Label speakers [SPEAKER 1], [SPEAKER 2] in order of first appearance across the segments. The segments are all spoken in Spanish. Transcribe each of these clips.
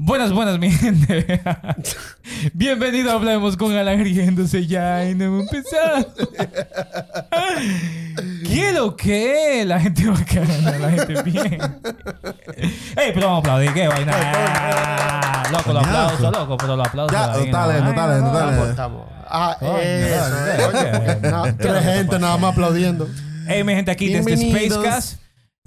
[SPEAKER 1] Buenas, buenas, mi gente. Bienvenido a Hablemos con Alan riéndose ya y no hemos empezado. ¿Qué lo que? La gente bacana, la gente bien. Ey, pero vamos a aplaudir, qué vaina. Loco, lo aplauso, loco, pero lo aplauso.
[SPEAKER 2] Ya,
[SPEAKER 1] ahí,
[SPEAKER 2] dale,
[SPEAKER 1] Ay,
[SPEAKER 2] dale,
[SPEAKER 1] no.
[SPEAKER 2] dale.
[SPEAKER 3] Aportamos. Ah,
[SPEAKER 1] Coño,
[SPEAKER 3] eso,
[SPEAKER 1] dale,
[SPEAKER 3] eh.
[SPEAKER 1] dale.
[SPEAKER 3] Oye,
[SPEAKER 2] No, tres gente nada más aplaudiendo.
[SPEAKER 1] Hey, mi gente, aquí desde
[SPEAKER 2] Bienvenidos.
[SPEAKER 1] Spacecast.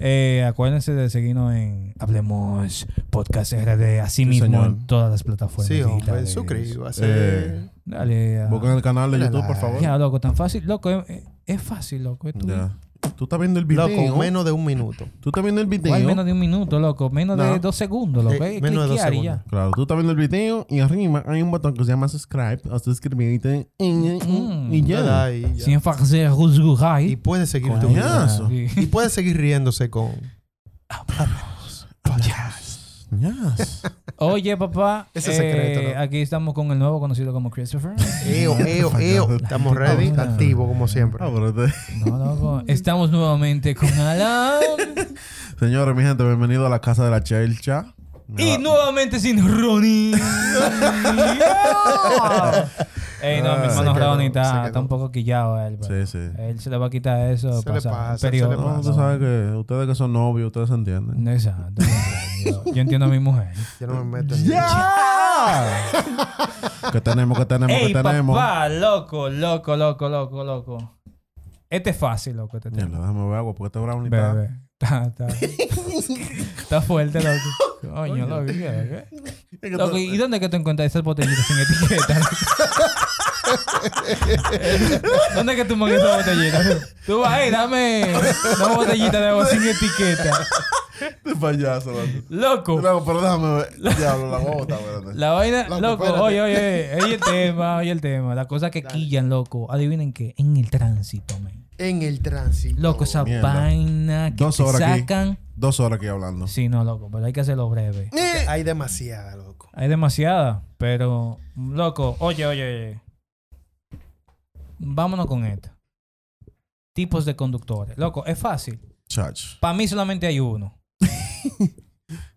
[SPEAKER 1] Eh, acuérdense de seguirnos en Hablemos Podcast RD, así
[SPEAKER 2] Sí,
[SPEAKER 1] mismo
[SPEAKER 2] señor.
[SPEAKER 1] en todas las plataformas.
[SPEAKER 3] Sí, hombre,
[SPEAKER 1] digitales.
[SPEAKER 3] suscríbase.
[SPEAKER 2] Eh,
[SPEAKER 1] Dale. a-
[SPEAKER 2] Busquen el canal de YouTube, por favor.
[SPEAKER 1] Ya, loco, tan fácil. Loco, es, es fácil, loco. Es tu-
[SPEAKER 2] Ya. Tú estás viendo el video.
[SPEAKER 3] Loco, menos de un minuto.
[SPEAKER 2] Tú estás viendo el video.
[SPEAKER 1] ¿Cuál? menos de un minuto, loco. Menos de
[SPEAKER 2] No.
[SPEAKER 1] dos segundos, loco.
[SPEAKER 3] Eh,
[SPEAKER 1] Es
[SPEAKER 3] menos de dos
[SPEAKER 1] cliquear y ya.
[SPEAKER 2] Claro, tú estás viendo el video y arriba hay un botón que se llama subscribe o suscribirte y,
[SPEAKER 1] Mm,
[SPEAKER 2] y- y ya.
[SPEAKER 3] Dale ahí, ya.
[SPEAKER 1] Sin hacer
[SPEAKER 3] Y
[SPEAKER 1] juzgurai.
[SPEAKER 3] puedes seguir
[SPEAKER 1] Coño.
[SPEAKER 3] tu vida.
[SPEAKER 2] Coñazo.
[SPEAKER 1] Sí.
[SPEAKER 3] Y puedes seguir riéndose con.
[SPEAKER 2] Yes.
[SPEAKER 1] Oye, papá.
[SPEAKER 3] Ese es secreto,
[SPEAKER 1] eh,
[SPEAKER 3] ¿no? Eh,
[SPEAKER 1] Aquí estamos con el nuevo conocido como Christopher.
[SPEAKER 3] Eo, eo, eo. Estamos ready,
[SPEAKER 1] Coño.
[SPEAKER 3] activo como siempre.
[SPEAKER 2] Ah, pero te-
[SPEAKER 1] No, loco. Estamos nuevamente con Alan.
[SPEAKER 2] Señores, mi gente, bienvenido a la casa de la chelcha.
[SPEAKER 1] Y
[SPEAKER 2] Ah,
[SPEAKER 1] nuevamente sin Ronnie. Ey, no, mi
[SPEAKER 2] Ah,
[SPEAKER 1] hermano
[SPEAKER 3] se quedó,
[SPEAKER 1] Ronnie
[SPEAKER 3] se
[SPEAKER 1] está,
[SPEAKER 3] quedó.
[SPEAKER 1] está un poco quillado él. pero
[SPEAKER 2] Sí, sí.
[SPEAKER 1] Él se le va a quitar eso.
[SPEAKER 3] Se le
[SPEAKER 1] pasado,
[SPEAKER 3] pasa,
[SPEAKER 1] un
[SPEAKER 3] se le
[SPEAKER 1] periodo.
[SPEAKER 3] pasa.
[SPEAKER 2] No, tú sabes que ustedes que son novios, ustedes se entienden.
[SPEAKER 1] Exacto. Yo, yo entiendo a mi mujer.
[SPEAKER 3] Yo no me meto en
[SPEAKER 2] Que tenemos, que tenemos,
[SPEAKER 1] Ey,
[SPEAKER 2] que tenemos.
[SPEAKER 1] papá, loco, loco, loco, loco, loco. Este es fácil, loco. Este
[SPEAKER 2] Mierda, déjame ver agua porque este brownie está...
[SPEAKER 1] Bebé. Está, está, está fuerte, loco. Coño, loco. ¿qué? Loco, ¿Y dónde que tú encuentras esas botellitas sin etiqueta? ¿Dónde que tú mangas esas botellitas? Tú vas, ahí, dame dos botellitas de agua sin etiqueta.
[SPEAKER 2] Este payaso, loco.
[SPEAKER 1] Loco.
[SPEAKER 2] Loco, pero déjame ver. Diablo, la bota, espérate.
[SPEAKER 1] La vaina,
[SPEAKER 2] Loco,
[SPEAKER 1] loco,
[SPEAKER 2] espérate.
[SPEAKER 1] oye, oye, oye el tema, oye el tema. Las cosas que quillan, loco. Adivinen qué, en el tránsito, man.
[SPEAKER 3] En el tránsito. Eh.
[SPEAKER 1] Loco, esa
[SPEAKER 2] Oh, mierda.
[SPEAKER 1] vaina que
[SPEAKER 2] Dos
[SPEAKER 1] te
[SPEAKER 2] horas aquí.
[SPEAKER 1] sacan.
[SPEAKER 2] Dos horas aquí hablando.
[SPEAKER 1] Sí, no, loco, pero hay que hacerlo breve.
[SPEAKER 3] Hay demasiada, loco.
[SPEAKER 1] Hay demasiada, pero, loco, oye, oye, oye. Vámonos con esto. Tipos de conductores. Loco, es fácil.
[SPEAKER 2] Chach.
[SPEAKER 1] Para mí solamente hay uno.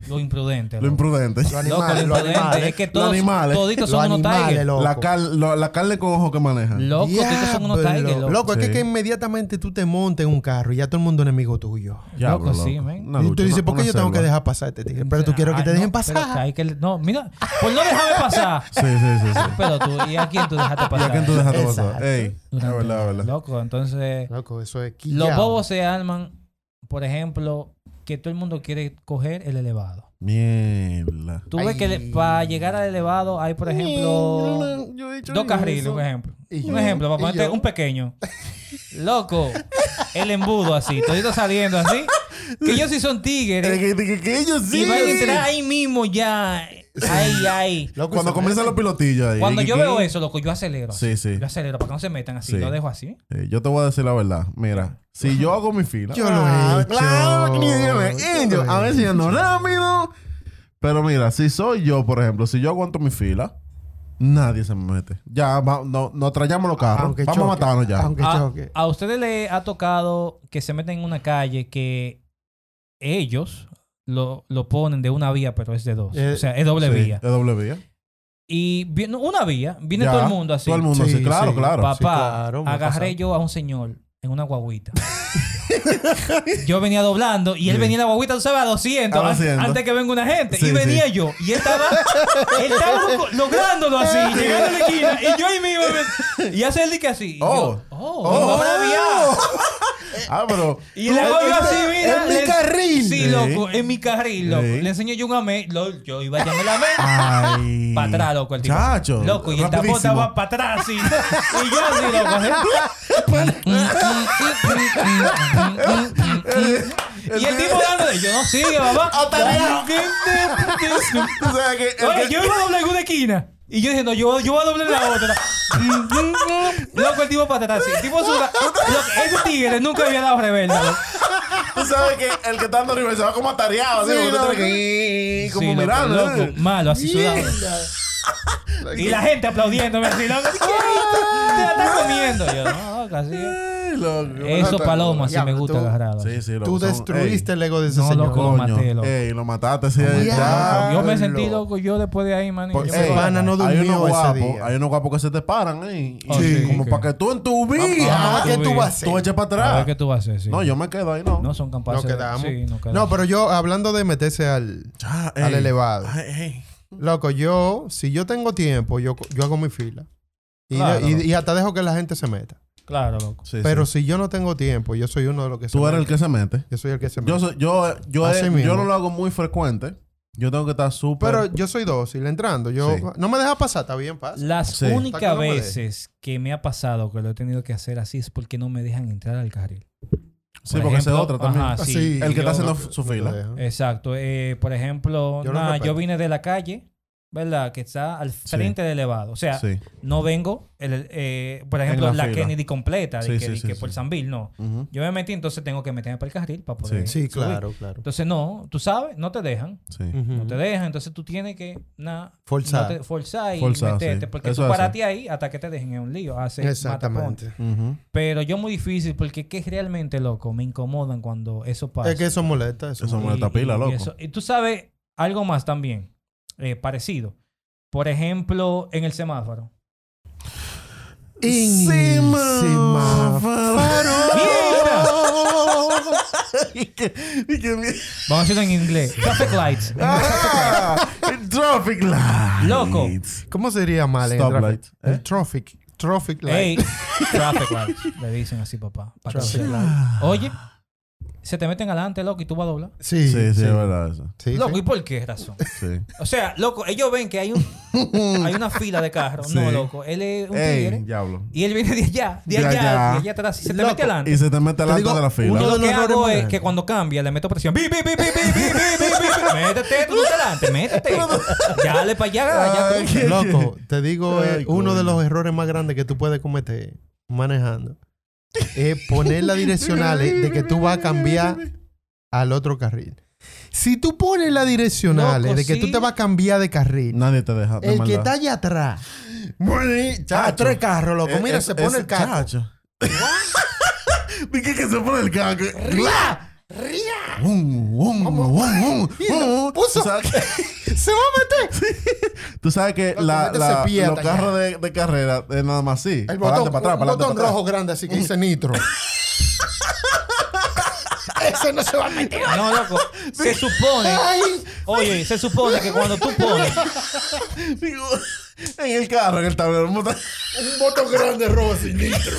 [SPEAKER 1] Lo imprudente.
[SPEAKER 2] Lo
[SPEAKER 1] loco.
[SPEAKER 2] imprudente.
[SPEAKER 3] Los
[SPEAKER 1] Loco, lo
[SPEAKER 3] animales, los
[SPEAKER 1] imprudente.
[SPEAKER 3] animales.
[SPEAKER 1] Es que
[SPEAKER 2] los
[SPEAKER 1] todos,
[SPEAKER 2] animales,
[SPEAKER 1] toditos
[SPEAKER 3] los
[SPEAKER 1] son unos
[SPEAKER 3] animales,
[SPEAKER 1] tigres.
[SPEAKER 3] loco.
[SPEAKER 2] La, cal- lo- la carne con ojo que maneja.
[SPEAKER 1] Loco, toditos son unos
[SPEAKER 3] Diablo.
[SPEAKER 1] tigres,
[SPEAKER 3] Loco,
[SPEAKER 1] loco.
[SPEAKER 3] es que,
[SPEAKER 2] Sí.
[SPEAKER 3] que inmediatamente tú te montes en un carro y ya todo el mundo es enemigo tuyo.
[SPEAKER 1] Loco, sí, man.
[SPEAKER 2] Una
[SPEAKER 3] y tú
[SPEAKER 2] lucha,
[SPEAKER 3] dices,
[SPEAKER 2] una-
[SPEAKER 3] ¿por qué
[SPEAKER 2] una
[SPEAKER 3] yo tengo que
[SPEAKER 2] selva.
[SPEAKER 3] dejar pasar a este tigre? Pero tú quieres que te
[SPEAKER 1] Ay,
[SPEAKER 3] dejen
[SPEAKER 1] no, pero que
[SPEAKER 3] pasar.
[SPEAKER 1] hay que- no, mira, pues no déjame pasar.
[SPEAKER 2] Sí, sí, sí. sí.
[SPEAKER 1] Pero tú, ¿y a quién tú dejaste
[SPEAKER 2] ¿Y
[SPEAKER 1] pasar?
[SPEAKER 2] a quién tú dejaste pasar?
[SPEAKER 3] Exacto.
[SPEAKER 2] Ey, es
[SPEAKER 3] Ah,
[SPEAKER 1] Durante-
[SPEAKER 2] verdad, es verdad.
[SPEAKER 1] Loco, entonces...
[SPEAKER 3] Loco, eso es
[SPEAKER 1] Los
[SPEAKER 3] quillao.
[SPEAKER 1] bobos se arman, por ejemplo, que todo el mundo quiere coger el elevado.
[SPEAKER 2] Mierda.
[SPEAKER 1] Tú ves que
[SPEAKER 3] Ay.
[SPEAKER 1] para llegar al elevado hay,
[SPEAKER 3] Mm,
[SPEAKER 1] por ejemplo,
[SPEAKER 2] Yo he dicho
[SPEAKER 1] dos
[SPEAKER 2] eso.
[SPEAKER 1] carriles, un ejemplo.
[SPEAKER 3] Y
[SPEAKER 1] Un
[SPEAKER 3] yo.
[SPEAKER 1] ejemplo, para
[SPEAKER 3] Y
[SPEAKER 1] ponerte
[SPEAKER 3] yo.
[SPEAKER 1] un pequeño. Loco, el embudo así, todito saliendo así. Que ellos sí son
[SPEAKER 2] Eh,
[SPEAKER 1] tigres
[SPEAKER 2] Que, que- que ellos sí.
[SPEAKER 1] y van a entrar ahí mismo ya. Ay, ay.
[SPEAKER 3] Loco,
[SPEAKER 2] Cuando
[SPEAKER 3] se-
[SPEAKER 2] comienzan los pilotillos ahí.
[SPEAKER 1] Cuando
[SPEAKER 2] que-
[SPEAKER 1] yo
[SPEAKER 2] que-
[SPEAKER 1] veo eso, loco, yo acelero. así.
[SPEAKER 2] Sí, sí.
[SPEAKER 1] Yo acelero para que no se metan así.
[SPEAKER 2] Sí.
[SPEAKER 1] Lo dejo así.
[SPEAKER 2] Eh, Yo te voy a decir la verdad. Mira, si yo hago mi fila.
[SPEAKER 3] Yo lo he
[SPEAKER 2] Ah,
[SPEAKER 3] hecho.
[SPEAKER 2] Claro, que ni dígame,
[SPEAKER 3] Yo lo he
[SPEAKER 2] indio, A veces
[SPEAKER 3] hecho.
[SPEAKER 2] ya no rápido. Pero mira, si soy yo, por ejemplo, si yo aguanto mi fila, nadie se me mete. Ya, va- no, nos trayamos los carros.
[SPEAKER 3] Aunque
[SPEAKER 2] Vamos a
[SPEAKER 3] choque,
[SPEAKER 2] matarnos ya.
[SPEAKER 3] Aunque
[SPEAKER 1] a,
[SPEAKER 3] choque.
[SPEAKER 1] Ah, a ustedes les ha tocado que se meten en una calle que ellos lo, lo ponen de una vía, pero es de dos.
[SPEAKER 3] Eh,
[SPEAKER 1] o sea, es doble
[SPEAKER 2] Sí,
[SPEAKER 1] vía.
[SPEAKER 2] Es doble vía.
[SPEAKER 1] Y vi- no, una vía, viene
[SPEAKER 2] Ya,
[SPEAKER 1] todo el mundo así.
[SPEAKER 2] Todo el mundo
[SPEAKER 3] Sí,
[SPEAKER 2] así, claro,
[SPEAKER 3] sí.
[SPEAKER 2] claro.
[SPEAKER 1] Papá,
[SPEAKER 3] Sí, claro, me ha
[SPEAKER 1] agarré
[SPEAKER 3] pasado.
[SPEAKER 1] yo a un señor en una guaguita. yo venía doblando y él
[SPEAKER 2] Sí.
[SPEAKER 1] venía en la guaguita, tú sabes, a 200,
[SPEAKER 2] A
[SPEAKER 1] an-
[SPEAKER 2] 200.
[SPEAKER 1] antes que venga una gente.
[SPEAKER 2] Sí,
[SPEAKER 1] y
[SPEAKER 2] sí.
[SPEAKER 1] venía yo y él estaba, él estaba lo- lográndolo así, llegando a la esquina. Y yo ahí mismo, me- y hace el dique así. Y yo,
[SPEAKER 2] Oh.
[SPEAKER 1] oh, no habrá vía.
[SPEAKER 2] Ah, pero.
[SPEAKER 1] Y le hago yo así, mira.
[SPEAKER 2] En mi
[SPEAKER 1] le-
[SPEAKER 2] carril.
[SPEAKER 1] Sí,
[SPEAKER 2] Sí.
[SPEAKER 1] loco, en mi carril, loco.
[SPEAKER 2] Sí.
[SPEAKER 1] Le enseño yo un amén. lo- Yo iba a llamar la amén.
[SPEAKER 2] Ay.
[SPEAKER 1] Para atrás, loco, el tipo.
[SPEAKER 2] Chacho.
[SPEAKER 1] Loco, y el tapón
[SPEAKER 2] rapidísimo.
[SPEAKER 1] estaba para atrás, así. Y yo así, loco. así. y el tipo dándole, yo no sigue, papá.
[SPEAKER 2] Tú sabes que el
[SPEAKER 1] Oye,
[SPEAKER 2] que-
[SPEAKER 1] yo iba a doblar en una esquina. Y yo dije, no, yo, yo voy a doblar en la otra. Loco, el tipo para atrás. así. El tipo suda. Loco, ese tigre nunca había dado rebelde. loco.
[SPEAKER 2] Tú sabes que el que está dando arriba se va como atareado, así,
[SPEAKER 3] Sí,
[SPEAKER 2] porque tú
[SPEAKER 3] loco.
[SPEAKER 2] tienes que- como
[SPEAKER 1] Sí, loco,
[SPEAKER 2] mirando.
[SPEAKER 1] loco,
[SPEAKER 2] ¿eh?
[SPEAKER 1] malo, así sudado. Y la gente aplaudiéndome así, loco. ¿Qué? Te la estás comiendo. Yo, no, loco, así. es.
[SPEAKER 2] loco.
[SPEAKER 1] Eso paloma, si
[SPEAKER 3] Ya,
[SPEAKER 1] me
[SPEAKER 3] pero
[SPEAKER 1] gusta
[SPEAKER 3] tú-
[SPEAKER 1] agarrarlo.
[SPEAKER 2] Sí, sí, loco.
[SPEAKER 3] Tú
[SPEAKER 2] son-
[SPEAKER 3] destruiste el ego de ese
[SPEAKER 1] No,
[SPEAKER 2] Ey,
[SPEAKER 3] señor.
[SPEAKER 1] loco. Lo maté,
[SPEAKER 2] coño.
[SPEAKER 1] loco.
[SPEAKER 2] Ey, lo mataste. Sí, ahí,
[SPEAKER 3] Ya.
[SPEAKER 2] ya.
[SPEAKER 1] Yo me sentí
[SPEAKER 3] Diablo.
[SPEAKER 1] loco yo después de ahí, man.
[SPEAKER 2] Porque,
[SPEAKER 3] Ese
[SPEAKER 2] ey,
[SPEAKER 3] pana no
[SPEAKER 2] hay unos
[SPEAKER 3] durmió ese
[SPEAKER 2] guapos-
[SPEAKER 3] día.
[SPEAKER 2] Hay unos guapos que se te paran, ¿eh? Y-
[SPEAKER 1] Oh,
[SPEAKER 2] y
[SPEAKER 1] sí,
[SPEAKER 2] como
[SPEAKER 1] que-
[SPEAKER 2] para que tú en tu
[SPEAKER 3] Ah,
[SPEAKER 2] vida
[SPEAKER 1] tú
[SPEAKER 3] ¿qué tú
[SPEAKER 1] vi.
[SPEAKER 3] vas a hacer?
[SPEAKER 2] tú eches para
[SPEAKER 1] A ver
[SPEAKER 2] atrás.
[SPEAKER 1] qué tú vas a hacer, sí.
[SPEAKER 2] No, yo me quedo ahí, no.
[SPEAKER 1] No son capaces.
[SPEAKER 3] Nos
[SPEAKER 1] de-
[SPEAKER 3] quedamos.
[SPEAKER 1] Sí, no
[SPEAKER 3] No, pero yo, hablando de meterse al,
[SPEAKER 2] Ya,
[SPEAKER 3] al
[SPEAKER 2] ey.
[SPEAKER 3] elevado.
[SPEAKER 2] Ay, ey.
[SPEAKER 3] Loco, yo, si yo tengo tiempo, yo, yo hago mi fila. Y,
[SPEAKER 1] Claro.
[SPEAKER 3] y- y hasta dejo que la gente se meta.
[SPEAKER 1] Claro, loco.
[SPEAKER 2] Sí,
[SPEAKER 3] Pero
[SPEAKER 2] sí.
[SPEAKER 3] si yo no tengo tiempo, yo soy uno de los que se
[SPEAKER 2] tú eres el
[SPEAKER 3] mete.
[SPEAKER 2] que se mete.
[SPEAKER 3] Yo soy el que se mete.
[SPEAKER 2] Yo, soy- yo, yo,
[SPEAKER 3] Así
[SPEAKER 2] yo
[SPEAKER 3] mismo.
[SPEAKER 2] no lo hago muy frecuente. Yo tengo que estar súper.
[SPEAKER 3] Pero yo soy dócil entrando. Yo
[SPEAKER 2] Sí.
[SPEAKER 3] no me deja pasar, está bien, pasa.
[SPEAKER 1] Las
[SPEAKER 2] Sí.
[SPEAKER 3] Está
[SPEAKER 1] únicas
[SPEAKER 3] que no me deje.
[SPEAKER 1] veces que me ha pasado que lo he tenido que hacer así es porque no me dejan entrar al carril.
[SPEAKER 2] sí,
[SPEAKER 1] por
[SPEAKER 2] porque se
[SPEAKER 1] ejemplo,
[SPEAKER 2] otra también.
[SPEAKER 1] ajá, sí.
[SPEAKER 3] Sí,
[SPEAKER 2] el
[SPEAKER 1] yo-
[SPEAKER 2] que está haciendo
[SPEAKER 3] no-
[SPEAKER 2] f- su
[SPEAKER 3] no me
[SPEAKER 2] fila.
[SPEAKER 3] deja.
[SPEAKER 1] Exacto. Eh, por ejemplo,
[SPEAKER 3] Yo
[SPEAKER 1] yo,
[SPEAKER 3] lo respeto.
[SPEAKER 1] yo vine de la calle, ¿verdad? Que está al frente del elevado. O sea,
[SPEAKER 2] Sí.
[SPEAKER 1] no vengo, el- eh, por ejemplo,
[SPEAKER 2] En la
[SPEAKER 1] la,
[SPEAKER 2] fila.
[SPEAKER 1] Kennedy completa, de
[SPEAKER 2] Sí,
[SPEAKER 1] que,
[SPEAKER 2] sí,
[SPEAKER 1] de
[SPEAKER 2] sí,
[SPEAKER 1] que
[SPEAKER 2] sí.
[SPEAKER 1] por San Bill, no.
[SPEAKER 2] Ujú.
[SPEAKER 1] Yo me metí, entonces tengo que meterme para el carril para poder.
[SPEAKER 3] Sí,
[SPEAKER 1] subir.
[SPEAKER 3] claro, claro.
[SPEAKER 1] Entonces, no, tú sabes, no te dejan.
[SPEAKER 2] Sí.
[SPEAKER 1] No te dejan, entonces tú tienes que nada
[SPEAKER 3] Forzar.
[SPEAKER 1] no te- forzar y
[SPEAKER 2] Forzar,
[SPEAKER 1] meterte,
[SPEAKER 2] sí.
[SPEAKER 1] porque
[SPEAKER 2] Eso
[SPEAKER 1] tú
[SPEAKER 2] es así.
[SPEAKER 1] parate ahí hasta que te dejen en un lío. Hace
[SPEAKER 3] Exactamente.
[SPEAKER 2] Ujú.
[SPEAKER 1] Pero yo muy difícil porque que es realmente loco, me incomodan cuando eso pasa.
[SPEAKER 3] Es que eso molesta. Eso,
[SPEAKER 2] Eso
[SPEAKER 1] Y-
[SPEAKER 2] molesta pila,
[SPEAKER 1] y
[SPEAKER 2] loco.
[SPEAKER 1] eso- Y tú sabes algo más también, eh, parecido. Por ejemplo, en el semáforo.
[SPEAKER 3] In-
[SPEAKER 2] Y que- y que-
[SPEAKER 1] Vamos a decirlo en inglés. Traffic lights.
[SPEAKER 2] Ah, el traffic light.
[SPEAKER 1] Loco.
[SPEAKER 3] ¿Cómo sería mal en el
[SPEAKER 2] Stoplight,
[SPEAKER 3] traffic?
[SPEAKER 2] ¿eh?
[SPEAKER 3] El traffic. Traffic
[SPEAKER 1] Ey,
[SPEAKER 3] light.
[SPEAKER 1] traffic lights. Le dicen así, papá. pa' que lo
[SPEAKER 3] Traffic
[SPEAKER 1] sepa.
[SPEAKER 3] light.
[SPEAKER 1] Oye, se te meten adelante, loco, y tú vas a doblar.
[SPEAKER 3] Sí,
[SPEAKER 2] Sí, sí, es
[SPEAKER 3] sí.
[SPEAKER 2] verdad eso.
[SPEAKER 3] Sí,
[SPEAKER 1] Loco,
[SPEAKER 3] sí.
[SPEAKER 1] ¿y por qué razón?
[SPEAKER 2] Sí.
[SPEAKER 1] O sea, loco, ellos ven que hay un hay una fila de carros. No,
[SPEAKER 2] Sí.
[SPEAKER 1] loco. Él es un
[SPEAKER 2] Ey,
[SPEAKER 1] tigre.
[SPEAKER 2] diablo.
[SPEAKER 1] Y él viene de allá, de,
[SPEAKER 2] De
[SPEAKER 1] allá,
[SPEAKER 2] allá.
[SPEAKER 1] de allá atrás. Y se te
[SPEAKER 3] Loco,
[SPEAKER 1] mete adelante.
[SPEAKER 2] Y se te mete delante
[SPEAKER 3] digo,
[SPEAKER 2] de la fila.
[SPEAKER 3] uno-
[SPEAKER 1] Yo lo que
[SPEAKER 3] Todos los
[SPEAKER 1] hago
[SPEAKER 3] errores
[SPEAKER 1] es
[SPEAKER 3] modernos.
[SPEAKER 1] que cuando cambia le meto presión. ¡Bi, bi, bi, bi, bi, bi, bi, bi, bi, bi! Métete tú delante, métete. Ya le para allá, ya tú.
[SPEAKER 2] Ay,
[SPEAKER 3] Loco, te digo,
[SPEAKER 2] Ay,
[SPEAKER 3] eh, uno de
[SPEAKER 2] coño.
[SPEAKER 3] los errores más grandes que tú puedes cometer manejando es poner las direccionales de que tú vas a cambiar al otro carril. Si tú pones las direccionales
[SPEAKER 1] Loco,
[SPEAKER 3] de que tú
[SPEAKER 1] sí.
[SPEAKER 3] te vas a cambiar de carril,
[SPEAKER 2] Nadie te deja. de
[SPEAKER 3] el que está
[SPEAKER 2] maldad.
[SPEAKER 3] allá atrás,
[SPEAKER 2] Muere,
[SPEAKER 3] ah,
[SPEAKER 2] chacho.
[SPEAKER 3] tres carros, loco,
[SPEAKER 2] Eh,
[SPEAKER 3] mira,
[SPEAKER 2] es-
[SPEAKER 3] se pone
[SPEAKER 2] es-
[SPEAKER 3] el carro.
[SPEAKER 2] chacho. Dije que se pone el carro.
[SPEAKER 3] ¡Ría!
[SPEAKER 2] Vum, vum, vum, vum, vum.
[SPEAKER 3] puso.
[SPEAKER 2] Tú sabes que-
[SPEAKER 3] ¡Se va a meter!
[SPEAKER 2] Tú sabes que
[SPEAKER 3] Loco,
[SPEAKER 2] la,
[SPEAKER 3] métese
[SPEAKER 2] la-
[SPEAKER 3] pie
[SPEAKER 2] los
[SPEAKER 3] hasta
[SPEAKER 2] carros de, de carrera es nada más así.
[SPEAKER 3] El
[SPEAKER 2] Pa'lante,
[SPEAKER 3] botón,
[SPEAKER 2] pa' atrás,
[SPEAKER 3] un
[SPEAKER 2] pa'lante,
[SPEAKER 3] botón
[SPEAKER 2] pa' atrás.
[SPEAKER 3] rojo grande así que dice nitro. Ese no se va a meter.
[SPEAKER 1] No, loco. Se supone.
[SPEAKER 3] ¡Ay!
[SPEAKER 1] Oye, se supone que cuando tú pones.
[SPEAKER 2] Digo, en el carro, en el tablero. Un botón-
[SPEAKER 3] Un botón grande rojo sin nitro.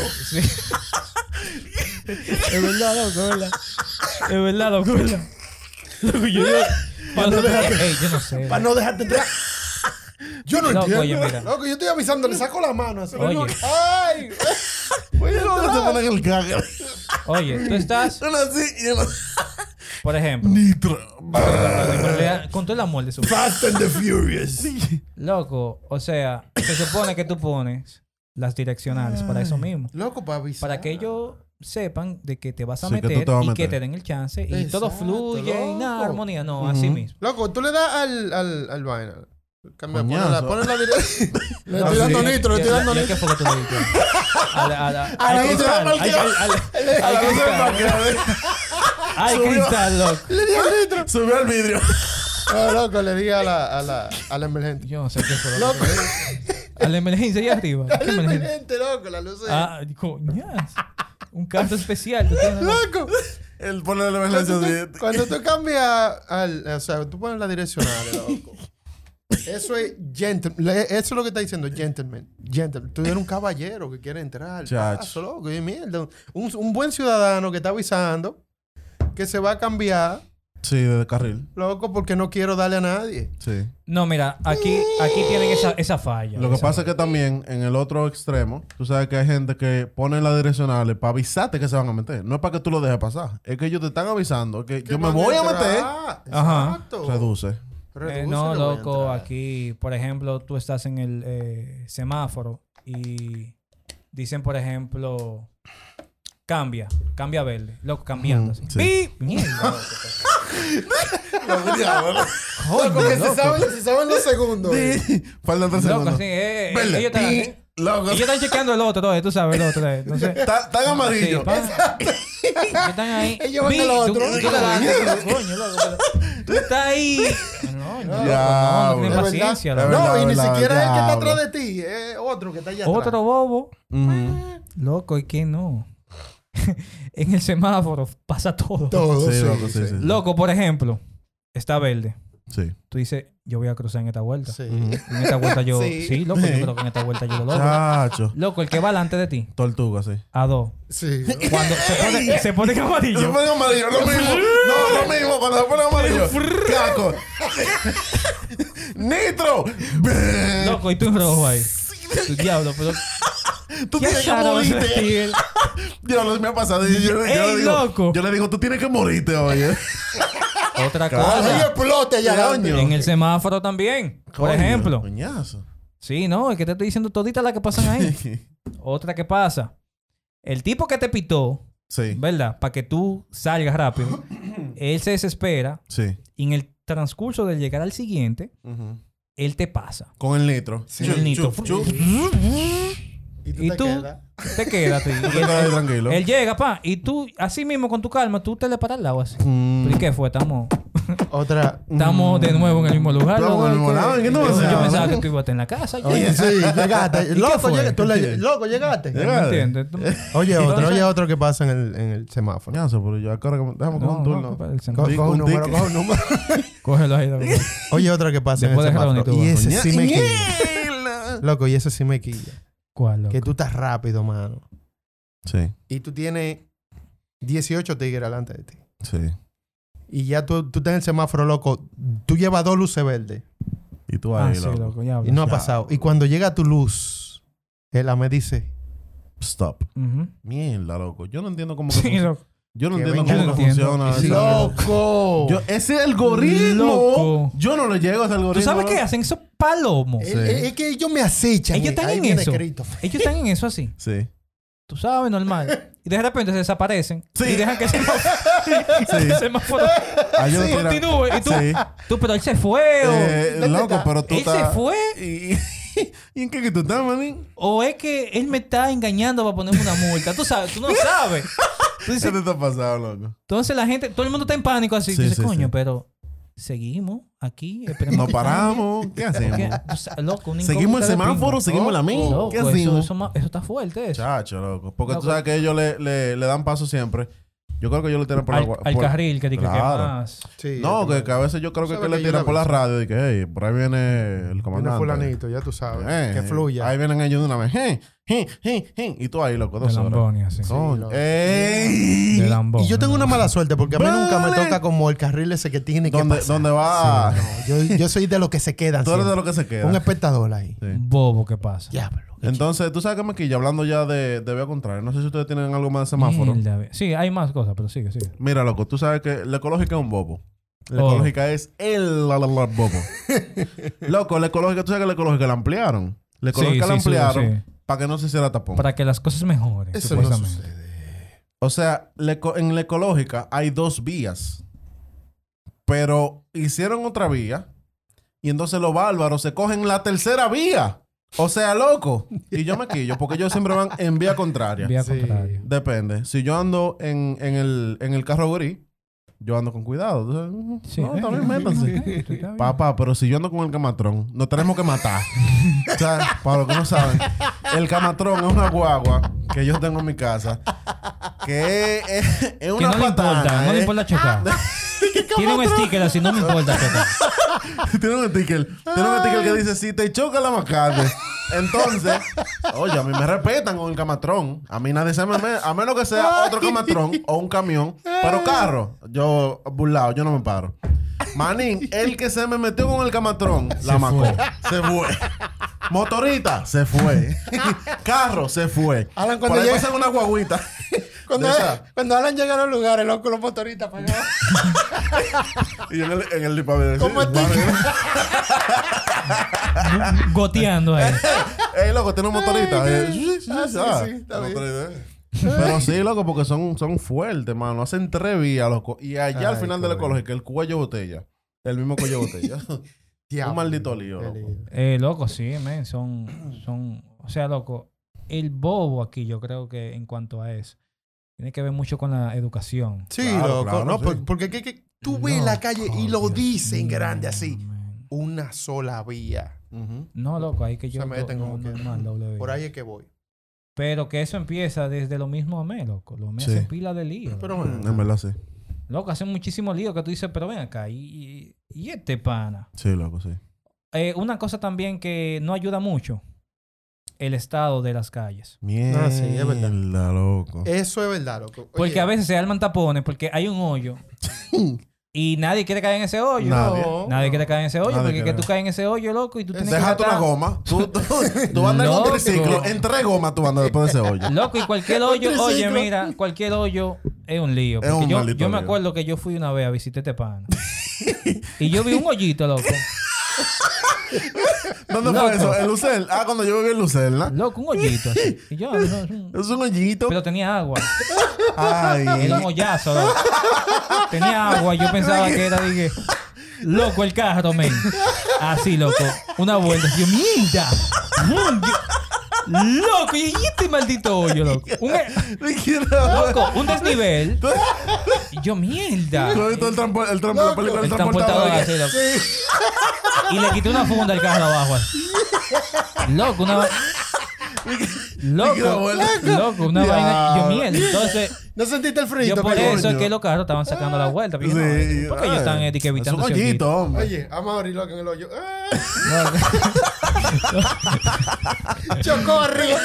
[SPEAKER 1] Es verdad, loco, es verdad. Es verdad, loco, es verdad. Loco, yo digo. Cuando se- Ey, yo no sé.
[SPEAKER 3] Para no dejarte entrar. Yo no
[SPEAKER 1] Loco,
[SPEAKER 3] entiendo.
[SPEAKER 1] oye, mira.
[SPEAKER 3] Loco, yo estoy avisando, le saco la mano. Así,
[SPEAKER 1] Oye.
[SPEAKER 3] Loco, ¡Ay!
[SPEAKER 2] Oye, ¿cómo se pone en el carro?
[SPEAKER 1] Oye, tú estás,
[SPEAKER 2] Son así y el-
[SPEAKER 1] por ejemplo.
[SPEAKER 2] Nitro.
[SPEAKER 1] Con todo el amor de su
[SPEAKER 2] Fast and the Furious.
[SPEAKER 1] Loco, o sea, se supone que tú pones las direccionales para eso mismo.
[SPEAKER 3] Loco, para avisar.
[SPEAKER 1] Para que ellos sepan de que te vas a
[SPEAKER 2] Sí, que tú
[SPEAKER 1] meter
[SPEAKER 2] te vas a
[SPEAKER 1] y que
[SPEAKER 2] meter.
[SPEAKER 1] te den el chance y todo
[SPEAKER 3] Exacto,
[SPEAKER 1] fluye y nada,
[SPEAKER 3] loco.
[SPEAKER 1] armonía. No, así mismo.
[SPEAKER 3] Loco, tú le das al, al, al vaina. Cambia,
[SPEAKER 2] Coñazo.
[SPEAKER 3] ponle la, ponle la dirección. le estoy
[SPEAKER 2] sí.
[SPEAKER 3] dando nitro, le estoy dando
[SPEAKER 1] ¿Y a
[SPEAKER 3] nitro.
[SPEAKER 1] ¿Qué fue que tú le diste? Al- al- al-
[SPEAKER 3] A la
[SPEAKER 1] Al cristal.
[SPEAKER 3] nitro,
[SPEAKER 1] al- al- al- Al cristal. Al cristal, loco.
[SPEAKER 3] Le di al nitro.
[SPEAKER 2] Subió al vidrio.
[SPEAKER 3] No, loco, le di a la, a la, a la emergente.
[SPEAKER 1] Yo no sé qué fue lo
[SPEAKER 3] Loco,
[SPEAKER 1] que A la emergencia allá arriba.
[SPEAKER 3] a
[SPEAKER 1] ¿Qué
[SPEAKER 3] la
[SPEAKER 1] emergencia?
[SPEAKER 3] emergente, loco, la luz.
[SPEAKER 1] Ah, coñas. Un caso especial. tú tienes-
[SPEAKER 3] Loco.
[SPEAKER 2] Él pone la
[SPEAKER 3] Cuando
[SPEAKER 2] emergencia
[SPEAKER 3] tú,
[SPEAKER 2] así.
[SPEAKER 3] cuando tú cambias al. O sea, tú pones la direccional, loco. Eso es gentleman. Eso es lo que está diciendo, gentleman. Gentleman. Tú eres un caballero que quiere entrar.
[SPEAKER 2] Chacho.
[SPEAKER 3] Paso, loco. Y mierda. Un, un buen ciudadano que está avisando que se va a cambiar,
[SPEAKER 2] Sí, de carril.
[SPEAKER 3] loco, porque no quiero darle a nadie.
[SPEAKER 2] Sí.
[SPEAKER 1] No, mira, aquí, aquí tienen esa, esa falla.
[SPEAKER 2] Lo que
[SPEAKER 1] esa
[SPEAKER 2] pasa es que también en el otro extremo, tú sabes que hay gente que pone las direccionales para avisarte que se van a meter. No es para que tú lo dejes pasar. Es que ellos te están avisando que, yo me voy a meter.
[SPEAKER 1] Ajá.
[SPEAKER 3] Exacto.
[SPEAKER 2] Reduce.
[SPEAKER 1] Eh,
[SPEAKER 3] Reduce,
[SPEAKER 1] no,
[SPEAKER 3] le voy a
[SPEAKER 1] loco,
[SPEAKER 3] entrar.
[SPEAKER 1] aquí, por ejemplo, tú estás en el eh, semáforo y dicen, por ejemplo, cambia, cambia verde, loco, cambiando así.
[SPEAKER 2] sí.
[SPEAKER 1] ¡Pi! Mierda, loco.
[SPEAKER 3] Loco,
[SPEAKER 1] Coño,
[SPEAKER 3] que se
[SPEAKER 1] loco.
[SPEAKER 3] saben, se saben los segundos.
[SPEAKER 2] Faltan tres
[SPEAKER 1] Loco,
[SPEAKER 2] segundos.
[SPEAKER 1] así, eh, eh,
[SPEAKER 2] Verde.
[SPEAKER 1] ellos están así.
[SPEAKER 2] Loco,
[SPEAKER 1] Y yo están chequeando el otro, eh, tú sabes, el otro. eh, Entonces,
[SPEAKER 2] tan, tan amarillo.
[SPEAKER 1] Sí, pa- que están ahí.
[SPEAKER 4] Ellos van
[SPEAKER 1] Vi,
[SPEAKER 4] al otro.
[SPEAKER 1] Tú, tú te la- coño, loco, pero tú estás ahí. No, no, loco, no, no tienes
[SPEAKER 4] verdad,
[SPEAKER 2] Es
[SPEAKER 1] paciencia.
[SPEAKER 2] es
[SPEAKER 1] loco.
[SPEAKER 2] verdad.
[SPEAKER 4] No, y ni
[SPEAKER 2] verdad,
[SPEAKER 4] siquiera es el que está
[SPEAKER 2] diablo.
[SPEAKER 4] atrás de ti, es otro que está allá atrás.
[SPEAKER 1] Otro bobo.
[SPEAKER 2] Ujú.
[SPEAKER 1] Loco, ¿y qué no? en el semáforo pasa todo.
[SPEAKER 4] Todo,
[SPEAKER 2] Sí,
[SPEAKER 4] sí,
[SPEAKER 2] loco, sí,
[SPEAKER 4] sí.
[SPEAKER 2] sí.
[SPEAKER 1] Loco, por ejemplo, está verde.
[SPEAKER 2] Sí.
[SPEAKER 1] Tú dices, yo voy a cruzar en esta vuelta.
[SPEAKER 4] Sí.
[SPEAKER 2] Ujú.
[SPEAKER 1] En esta vuelta yo.
[SPEAKER 4] Sí.
[SPEAKER 1] sí. loco, yo creo que en esta vuelta yo lo logro.
[SPEAKER 2] Chacho.
[SPEAKER 1] Loco, el que va delante de ti,
[SPEAKER 2] Tortuga, sí.
[SPEAKER 1] a dos.
[SPEAKER 4] Sí.
[SPEAKER 1] Cuando se pone, se pone en
[SPEAKER 2] Se
[SPEAKER 1] amarillo.
[SPEAKER 2] pone amarillo, lo mismo. No, lo mismo. Cuando se pone amarillo. Caco. Nitro.
[SPEAKER 1] Loco, y tú en rojo ahí. Tu diablo, pero.
[SPEAKER 2] Tú
[SPEAKER 1] ¿Qué
[SPEAKER 2] tienes que
[SPEAKER 1] azar vas a
[SPEAKER 2] morirte.
[SPEAKER 1] sentir?
[SPEAKER 2] Diablo, me ha pasado. Y Yo, yo
[SPEAKER 1] Ey,
[SPEAKER 2] le digo,
[SPEAKER 1] loco.
[SPEAKER 2] yo le digo, tú tienes que morirte Ah, hoy. ¿eh?
[SPEAKER 1] Otra
[SPEAKER 4] Ahí
[SPEAKER 1] cosa.
[SPEAKER 4] explote ya.
[SPEAKER 2] Coño.
[SPEAKER 1] En el semáforo también. Por
[SPEAKER 2] Coño,
[SPEAKER 1] ejemplo.
[SPEAKER 2] Coñazo.
[SPEAKER 1] Sí, no, es que te estoy diciendo toditas las que pasan ahí. Otra que pasa. El tipo que te pitó,
[SPEAKER 2] Sí,
[SPEAKER 1] ¿verdad? Para que tú salgas rápido. Él se desespera
[SPEAKER 2] sí.
[SPEAKER 1] y en el transcurso de llegar al siguiente,
[SPEAKER 2] Ujú.
[SPEAKER 1] él te pasa.
[SPEAKER 2] Con el nitro.
[SPEAKER 1] Con el nitro.
[SPEAKER 4] tú
[SPEAKER 1] Y
[SPEAKER 4] te
[SPEAKER 1] tú
[SPEAKER 4] quedas.
[SPEAKER 1] te quedas. tú.
[SPEAKER 2] Tú
[SPEAKER 1] Y
[SPEAKER 2] te
[SPEAKER 1] él,
[SPEAKER 2] quedas ahí
[SPEAKER 1] él-
[SPEAKER 2] tranquilo.
[SPEAKER 1] él llega, pa, y tú, así mismo, con tu calma, tú te le paras al lado así.
[SPEAKER 2] Mm.
[SPEAKER 1] ¿Pero y qué fue? Estamos,
[SPEAKER 3] Otra. mm.
[SPEAKER 1] estamos de nuevo en el mismo lugar.
[SPEAKER 2] Estamos
[SPEAKER 1] loco.
[SPEAKER 2] en el mismo lado, ¿en qué estamos
[SPEAKER 1] Yo- Yo
[SPEAKER 2] haciendo?
[SPEAKER 1] pensaba que tú ibas a estar en la casa. ya.
[SPEAKER 3] Oye, sí, llegaste. Loco,
[SPEAKER 1] fue?
[SPEAKER 3] llega- tú le- loco, llegaste.
[SPEAKER 1] ¿No me entiendes? Tú-
[SPEAKER 3] Oye, otro,
[SPEAKER 1] Entonces-
[SPEAKER 3] oye, otro que pasa en el, en el semáforo.
[SPEAKER 2] Coñazo, pero yo acá ahora que- déjame coger
[SPEAKER 1] No,
[SPEAKER 2] un
[SPEAKER 1] no,
[SPEAKER 2] turno.
[SPEAKER 1] para el semáforo.
[SPEAKER 3] Coge
[SPEAKER 2] Dick,
[SPEAKER 3] coge un
[SPEAKER 2] un
[SPEAKER 3] número,
[SPEAKER 2] dick.
[SPEAKER 3] coge un número.
[SPEAKER 1] Cógelo ahí. loco.
[SPEAKER 3] Oye, otro que pasa en el
[SPEAKER 1] Después de
[SPEAKER 3] semáforo.
[SPEAKER 1] Jerónimo,
[SPEAKER 3] Y
[SPEAKER 1] tú
[SPEAKER 3] ese
[SPEAKER 2] Coña-
[SPEAKER 3] sí me quilla.
[SPEAKER 2] Ñela.
[SPEAKER 3] Loco, y ese sí me quilla.
[SPEAKER 1] ¿Cuál, loco?
[SPEAKER 3] Que tú estás rápido, mano.
[SPEAKER 2] Sí,
[SPEAKER 3] Y tú tienes 18 tigres delante de ti.
[SPEAKER 2] sí.
[SPEAKER 3] Y ya tú, tú estás en el semáforo, loco. Tú llevas dos luces verdes.
[SPEAKER 2] Y tú
[SPEAKER 1] Ah,
[SPEAKER 2] ahí,
[SPEAKER 1] sí,
[SPEAKER 2] loco.
[SPEAKER 1] loco, ya hablo.
[SPEAKER 3] Y no ha
[SPEAKER 2] Ya.
[SPEAKER 3] pasado. Y cuando llega tu luz, él me dice...
[SPEAKER 2] Stop.
[SPEAKER 1] Ujú.
[SPEAKER 2] Mierda, loco. Yo no entiendo cómo. que
[SPEAKER 1] Sí,
[SPEAKER 2] func-
[SPEAKER 1] loco.
[SPEAKER 2] Yo no
[SPEAKER 3] Que
[SPEAKER 2] entiendo
[SPEAKER 3] venga.
[SPEAKER 2] cómo
[SPEAKER 1] Yo
[SPEAKER 2] que
[SPEAKER 1] no entiendo.
[SPEAKER 2] funciona.
[SPEAKER 1] Sí.
[SPEAKER 2] esa mierda.
[SPEAKER 3] ¡Loco!
[SPEAKER 2] Yo, ese algoritmo.
[SPEAKER 1] Loco.
[SPEAKER 2] Yo no le llego a ese algoritmo.
[SPEAKER 1] ¿Tú sabes qué
[SPEAKER 2] loco.
[SPEAKER 1] hacen esos palomos?
[SPEAKER 3] Es-
[SPEAKER 2] Sí.
[SPEAKER 3] Eh, Es, es que ellos me acechan. eh,
[SPEAKER 1] Ellos están
[SPEAKER 3] Ahí
[SPEAKER 1] en
[SPEAKER 3] viene
[SPEAKER 1] eso.
[SPEAKER 3] Christopher.
[SPEAKER 1] Ellos están en eso así.
[SPEAKER 2] Sí.
[SPEAKER 1] Tú sabes, normal. Y de repente se desaparecen.
[SPEAKER 2] Sí.
[SPEAKER 1] Y dejan que el semáforo,
[SPEAKER 2] Sí.
[SPEAKER 1] el semáforo
[SPEAKER 2] Ah, yo no estoy-
[SPEAKER 1] continúe. Y tú,
[SPEAKER 2] Sí.
[SPEAKER 1] tú, pero él se fue. o-
[SPEAKER 2] Eh,
[SPEAKER 3] ¿Dónde
[SPEAKER 2] loco,
[SPEAKER 3] está?
[SPEAKER 2] pero tú
[SPEAKER 1] él se
[SPEAKER 2] estás-
[SPEAKER 1] fue.
[SPEAKER 2] ¿Y, ¿y en qué que tú estás, manín?
[SPEAKER 1] O es que él me está engañando para ponerme una multa. Tú sabes, tú no sabes. Tú
[SPEAKER 2] ¿Qué
[SPEAKER 1] dices,
[SPEAKER 2] te está pasando, loco?
[SPEAKER 1] entonces la gente, todo el mundo está en pánico así.
[SPEAKER 2] Sí,
[SPEAKER 1] Tú dices,
[SPEAKER 2] sí,
[SPEAKER 1] coño,
[SPEAKER 2] sí.
[SPEAKER 1] pero seguimos aquí. Esperemos
[SPEAKER 2] Nos
[SPEAKER 1] que cambie".
[SPEAKER 2] paramos.
[SPEAKER 1] Porque,
[SPEAKER 2] ¿Qué hacemos?
[SPEAKER 1] tú sabes, loco, una
[SPEAKER 2] ¿Seguimos el
[SPEAKER 1] incógnita de
[SPEAKER 2] semáforo?
[SPEAKER 1] pinga.
[SPEAKER 2] ¿Seguimos la misma?
[SPEAKER 1] Loco,
[SPEAKER 2] ¿Qué
[SPEAKER 1] eso,
[SPEAKER 2] hacemos?
[SPEAKER 1] eso ma- eso está fuerte. Eso.
[SPEAKER 2] Chacho, loco. Porque
[SPEAKER 1] Loco.
[SPEAKER 2] tú sabes que ellos le, le, le dan paso siempre. Yo creo que ellos le tiran por la
[SPEAKER 1] Al,
[SPEAKER 2] gua-
[SPEAKER 1] al
[SPEAKER 2] por-
[SPEAKER 1] carril que dice
[SPEAKER 2] Claro.
[SPEAKER 1] que más.
[SPEAKER 3] Sí,
[SPEAKER 2] No,
[SPEAKER 3] eso
[SPEAKER 2] que,
[SPEAKER 3] me-
[SPEAKER 2] que a veces yo creo que,
[SPEAKER 3] Sabe
[SPEAKER 2] que le
[SPEAKER 3] que yo
[SPEAKER 2] tiran
[SPEAKER 3] le
[SPEAKER 2] por la
[SPEAKER 3] aviso.
[SPEAKER 2] radio. Y que, hey, por ahí viene el
[SPEAKER 3] Viene
[SPEAKER 2] comandante.
[SPEAKER 3] fulanito, ya tú sabes.
[SPEAKER 2] Eh,
[SPEAKER 3] que fluya.
[SPEAKER 2] Ahí vienen ellos de una vez. Je, je, je, je. Y tú ahí, loco,
[SPEAKER 1] De
[SPEAKER 2] dos horas.
[SPEAKER 1] Lamboni, así.
[SPEAKER 2] Coño.
[SPEAKER 3] loco.
[SPEAKER 2] ¡Ey!
[SPEAKER 1] De Lambón.
[SPEAKER 3] Y yo tengo una mala suerte porque a mí nunca me
[SPEAKER 2] Vale.
[SPEAKER 3] toca como el carril ese que tiene que
[SPEAKER 2] ¿Dónde,
[SPEAKER 3] pasar.
[SPEAKER 2] ¿Dónde va?
[SPEAKER 3] Sí, no, yo, yo soy de los que se quedan.
[SPEAKER 2] Tú eres de lo que
[SPEAKER 3] siempre.
[SPEAKER 2] se
[SPEAKER 3] Un
[SPEAKER 1] e-
[SPEAKER 2] queda.
[SPEAKER 3] espectador ahí.
[SPEAKER 2] Sí.
[SPEAKER 1] Bobo, ¿qué pasa?
[SPEAKER 3] Diablo. qué
[SPEAKER 2] Entonces, tú sabes que me quilla hablando ya de, de vía contraria. No sé si ustedes tienen algo más de semáforo.
[SPEAKER 1] Mierda, ve- Sí, hay más cosas, pero sigue, sigue.
[SPEAKER 2] Mira, loco, tú sabes que la ecológica es un bobo. La
[SPEAKER 1] Oh.
[SPEAKER 2] ecológica es el la, la, la, bobo. loco, la ecológica, tú sabes que la ecológica la ampliaron. La
[SPEAKER 1] Sí,
[SPEAKER 2] ecológica la
[SPEAKER 1] sí, sí,
[SPEAKER 2] ampliaron
[SPEAKER 1] sí.
[SPEAKER 2] para que no se hiciera tapón.
[SPEAKER 1] Para que las cosas mejoren,
[SPEAKER 3] Eso no
[SPEAKER 1] supuestamente.
[SPEAKER 3] sucede.
[SPEAKER 2] O sea, la eco- en la ecológica hay dos vías. Pero hicieron otra vía. Y entonces los bárbaros se cogen la tercera vía. O sea, loco. Y yo me quillo porque ellos siempre van en vía contraria.
[SPEAKER 1] Vía
[SPEAKER 3] Sí.
[SPEAKER 1] contraria.
[SPEAKER 2] Depende. Si yo ando en, en el, en el carro gris, yo ando con cuidado. O sea, mm,
[SPEAKER 1] Sí.
[SPEAKER 2] No,
[SPEAKER 1] eh,
[SPEAKER 2] también
[SPEAKER 1] eh,
[SPEAKER 2] métanse.
[SPEAKER 1] eh, está bien.
[SPEAKER 2] Papá, pero si yo ando con el camatrón, nos tenemos que matar. o sea, para los que no saben, el camatrón es una guagua que yo tengo en mi casa. Que es, es- es
[SPEAKER 1] Que
[SPEAKER 2] una
[SPEAKER 1] no le
[SPEAKER 2] patana,
[SPEAKER 1] importa, no le
[SPEAKER 2] ¿eh?
[SPEAKER 1] importa chocar. Tiene un sticker así, no me importa chocar.
[SPEAKER 2] tiene un sticker. Tiene un sticker que dice, si te choca la macate. Entonces, oye, a mí me respetan con el camatrón. A mí nadie se me... me- A menos que sea otro camatrón o un camión. Pero carro, yo burlado, yo no me paro. Manín, el que se me metió con el camatrón, la macó. Se fue. Motorita, se fue. Carro, se fue.
[SPEAKER 4] Alan, cuando
[SPEAKER 2] Por ahí
[SPEAKER 4] llega-
[SPEAKER 2] pasan una guaguita.
[SPEAKER 4] Cuando,
[SPEAKER 2] De esa.
[SPEAKER 4] cuando Alan llega a los lugares, loco, los motoristas pagados.
[SPEAKER 2] Y yo en el, en el lipavidrio,
[SPEAKER 4] ¿Cómo
[SPEAKER 2] sí,
[SPEAKER 4] te-
[SPEAKER 2] madre.
[SPEAKER 1] Goteando ahí.
[SPEAKER 2] Ey, loco, tiene un motorista. Eh, sí, sí,
[SPEAKER 4] Ah, sí,
[SPEAKER 2] ah,
[SPEAKER 4] sí, está bien.
[SPEAKER 2] motorista, eh. Pero sí, loco, porque son, son fuertes, mano. Hacen tres vías, loco. Y allá al
[SPEAKER 3] Ay,
[SPEAKER 2] final de la
[SPEAKER 3] coño.
[SPEAKER 2] ecológica, el cuello botella. El mismo cuello botella.
[SPEAKER 3] Diablo.
[SPEAKER 2] Un maldito lío,
[SPEAKER 3] Qué
[SPEAKER 2] loco.
[SPEAKER 3] lío.
[SPEAKER 1] Eh, loco, sí, men, son, son, o sea, loco, el bobo aquí yo creo que en cuanto a eso, tiene que ver mucho con la educación.
[SPEAKER 3] Sí,
[SPEAKER 2] Claro,
[SPEAKER 3] loco.
[SPEAKER 2] claro,
[SPEAKER 3] no,
[SPEAKER 2] sí.
[SPEAKER 3] Por- Porque que, que tú ves la calle y lo
[SPEAKER 1] Dios
[SPEAKER 3] dicen
[SPEAKER 1] mío,
[SPEAKER 3] grande así.
[SPEAKER 1] men.
[SPEAKER 3] Una sola vía.
[SPEAKER 2] Ujú.
[SPEAKER 1] No, loco, ahí que yo...
[SPEAKER 3] Se meten
[SPEAKER 1] no,
[SPEAKER 3] como
[SPEAKER 1] no,
[SPEAKER 3] que-
[SPEAKER 1] normal, doble vía.
[SPEAKER 3] Por ahí es que voy.
[SPEAKER 1] Pero que eso empieza desde lo mismo a mí, loco. Lo me
[SPEAKER 2] Sí.
[SPEAKER 1] hace pila de lío.
[SPEAKER 3] Pero bueno.
[SPEAKER 2] En verdad, sí.
[SPEAKER 1] Loco, hace muchísimo lío que tú dices, pero ven acá, y, y- y este pana.
[SPEAKER 2] Sí, loco, sí.
[SPEAKER 1] Eh, una cosa también que no ayuda mucho, el estado de las calles.
[SPEAKER 2] Mierda,
[SPEAKER 3] sí, es verdad. Eh,
[SPEAKER 2] loco.
[SPEAKER 3] Eso es verdad, loco. Oye,
[SPEAKER 1] Porque a veces se arman tapones porque hay un hoyo. y nadie quiere caer en ese hoyo.
[SPEAKER 2] Nadie.
[SPEAKER 1] No, Nadie quiere caer en ese hoyo,
[SPEAKER 2] Nadie
[SPEAKER 1] porque que
[SPEAKER 2] quiere.
[SPEAKER 1] tú caes en ese hoyo, loco, y tú tienes que
[SPEAKER 2] Déjate una
[SPEAKER 1] tratar-
[SPEAKER 2] goma. Tú, tú, tú andas en un
[SPEAKER 1] Loco.
[SPEAKER 2] triciclo. En tres gomas tú andas después de ese hoyo.
[SPEAKER 1] Loco, y cualquier hoyo,
[SPEAKER 3] Un
[SPEAKER 1] oye,
[SPEAKER 3] triciclo.
[SPEAKER 1] mira, cualquier hoyo es un lío.
[SPEAKER 2] Es
[SPEAKER 1] Porque
[SPEAKER 2] un
[SPEAKER 1] yo,
[SPEAKER 2] maldito
[SPEAKER 1] yo me
[SPEAKER 2] lío.
[SPEAKER 1] acuerdo que yo fui una vez a visitar este pana. y yo vi un hoyito, loco.
[SPEAKER 2] ¿Dónde fue eso? El Lucel. Ah, cuando yo viví en Lucel, ¿no?
[SPEAKER 1] Loco, un hoyito así. Y yo, no, es un-
[SPEAKER 2] Es un hoyito.
[SPEAKER 1] pero tenía agua.
[SPEAKER 2] Ay.
[SPEAKER 1] Era un hoyazo, loco. Tenía agua, yo pensaba que era, dije, loco el carro, men. Así, loco. Una vuelta. Yo, mierda. Mm, yo- loco, y este maldito hoyo, loco. Un,
[SPEAKER 2] Ni quiero-
[SPEAKER 1] loco, un desnivel. Y Yo, mierda.
[SPEAKER 2] ¿Tú has visto el trampo- el trampo- la película del
[SPEAKER 1] El transportador
[SPEAKER 2] transportador?
[SPEAKER 1] así, loco. Y le quité una funda al carro abajo. así. Loco, una. Loco,
[SPEAKER 2] abuela.
[SPEAKER 1] loco, una
[SPEAKER 2] Ya.
[SPEAKER 1] vaina. Yo, mierda. Entonces.
[SPEAKER 3] ¿No sentiste el frío?
[SPEAKER 1] Yo por eso es
[SPEAKER 2] coño.
[SPEAKER 1] que los carros estaban sacando la vuelta. Porque, yo, no,
[SPEAKER 2] Sí.
[SPEAKER 1] ¿por qué ellos están eh, de que
[SPEAKER 2] Es un
[SPEAKER 1] evitando ese
[SPEAKER 2] hoyito, hombre.
[SPEAKER 4] Oye, vamos a abrirlo acá en el hoyo. ¡Ah!
[SPEAKER 3] Chocó arriba.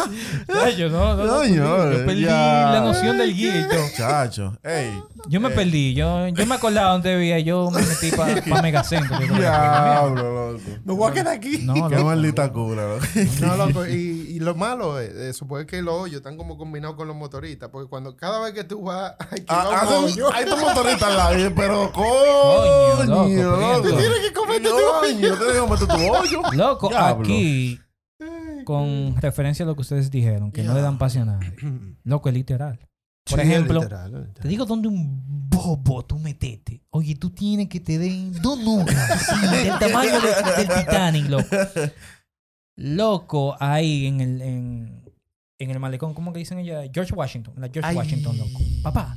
[SPEAKER 1] hoyito? Ay, Yo, no, no, no,
[SPEAKER 2] Coño,
[SPEAKER 1] yo perdí
[SPEAKER 2] ya. Eh.
[SPEAKER 1] la noción del guía. Yo,
[SPEAKER 2] Chacho. Ey.
[SPEAKER 1] yo me perdí. Yo, yo me acordaba dónde vivía. Yo me metí para Megacentro. yo creo que fue.
[SPEAKER 2] Diablo, loco.
[SPEAKER 3] Me voy a quedar aquí.
[SPEAKER 1] No,
[SPEAKER 2] Qué
[SPEAKER 1] loco.
[SPEAKER 2] maldita cura, loco.
[SPEAKER 3] No, loco, y, y lo malo es, eh, supongo que los hoyos están como combinados con los motoristas, porque cuando cada vez que tú vas, hay que
[SPEAKER 2] Ah,
[SPEAKER 3] ir a
[SPEAKER 2] hacen-
[SPEAKER 3] un hoyo.
[SPEAKER 2] Hay tu motorista al lado, pero
[SPEAKER 1] Coño,
[SPEAKER 2] coño,
[SPEAKER 1] loco,
[SPEAKER 2] loco.
[SPEAKER 1] prieto. Tienes
[SPEAKER 2] que comerte tu hoyo. Tienes que comerte tu hoyo.
[SPEAKER 1] Loco,
[SPEAKER 2] Diablo.
[SPEAKER 1] aquí, con referencia a lo que ustedes dijeron, que no le dan pase a nadie. Loco, es literal. Por
[SPEAKER 3] Sí,
[SPEAKER 1] ejemplo,
[SPEAKER 3] literal, literal.
[SPEAKER 1] te digo dónde un bobo tú metete. Oye, tú tienes que te den dos nugas. sí, del tamaño de- del Titanic, loco. Loco, ahí en el, en, en el malecón, ¿cómo que dicen ella? George Washington. La George
[SPEAKER 3] Ay.
[SPEAKER 1] Washington, loco. Papá,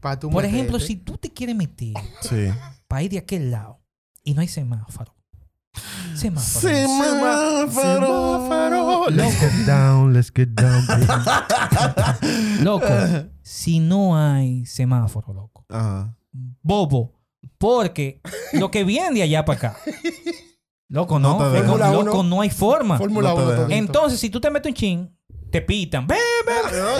[SPEAKER 3] Pa' tú
[SPEAKER 1] por
[SPEAKER 3] meterte.
[SPEAKER 1] ejemplo, si tú te quieres meter
[SPEAKER 2] Sí.
[SPEAKER 1] para ir de aquel lado y no hay semáforo. Semáforo.
[SPEAKER 2] Semáforo.
[SPEAKER 3] Let's get down, let's get down. baby.
[SPEAKER 1] Loco, si no hay semáforo, loco.
[SPEAKER 2] Ajá.
[SPEAKER 1] Bobo. Porque lo que viene de allá para acá. Loco, no.
[SPEAKER 2] No te
[SPEAKER 1] loco,
[SPEAKER 3] dejan.
[SPEAKER 1] loco, no hay forma.
[SPEAKER 3] Fórmula
[SPEAKER 2] No te
[SPEAKER 3] 1
[SPEAKER 2] dejan.
[SPEAKER 3] todito.
[SPEAKER 1] Entonces, si tú te metes un chin, te pitan. Ve, ve,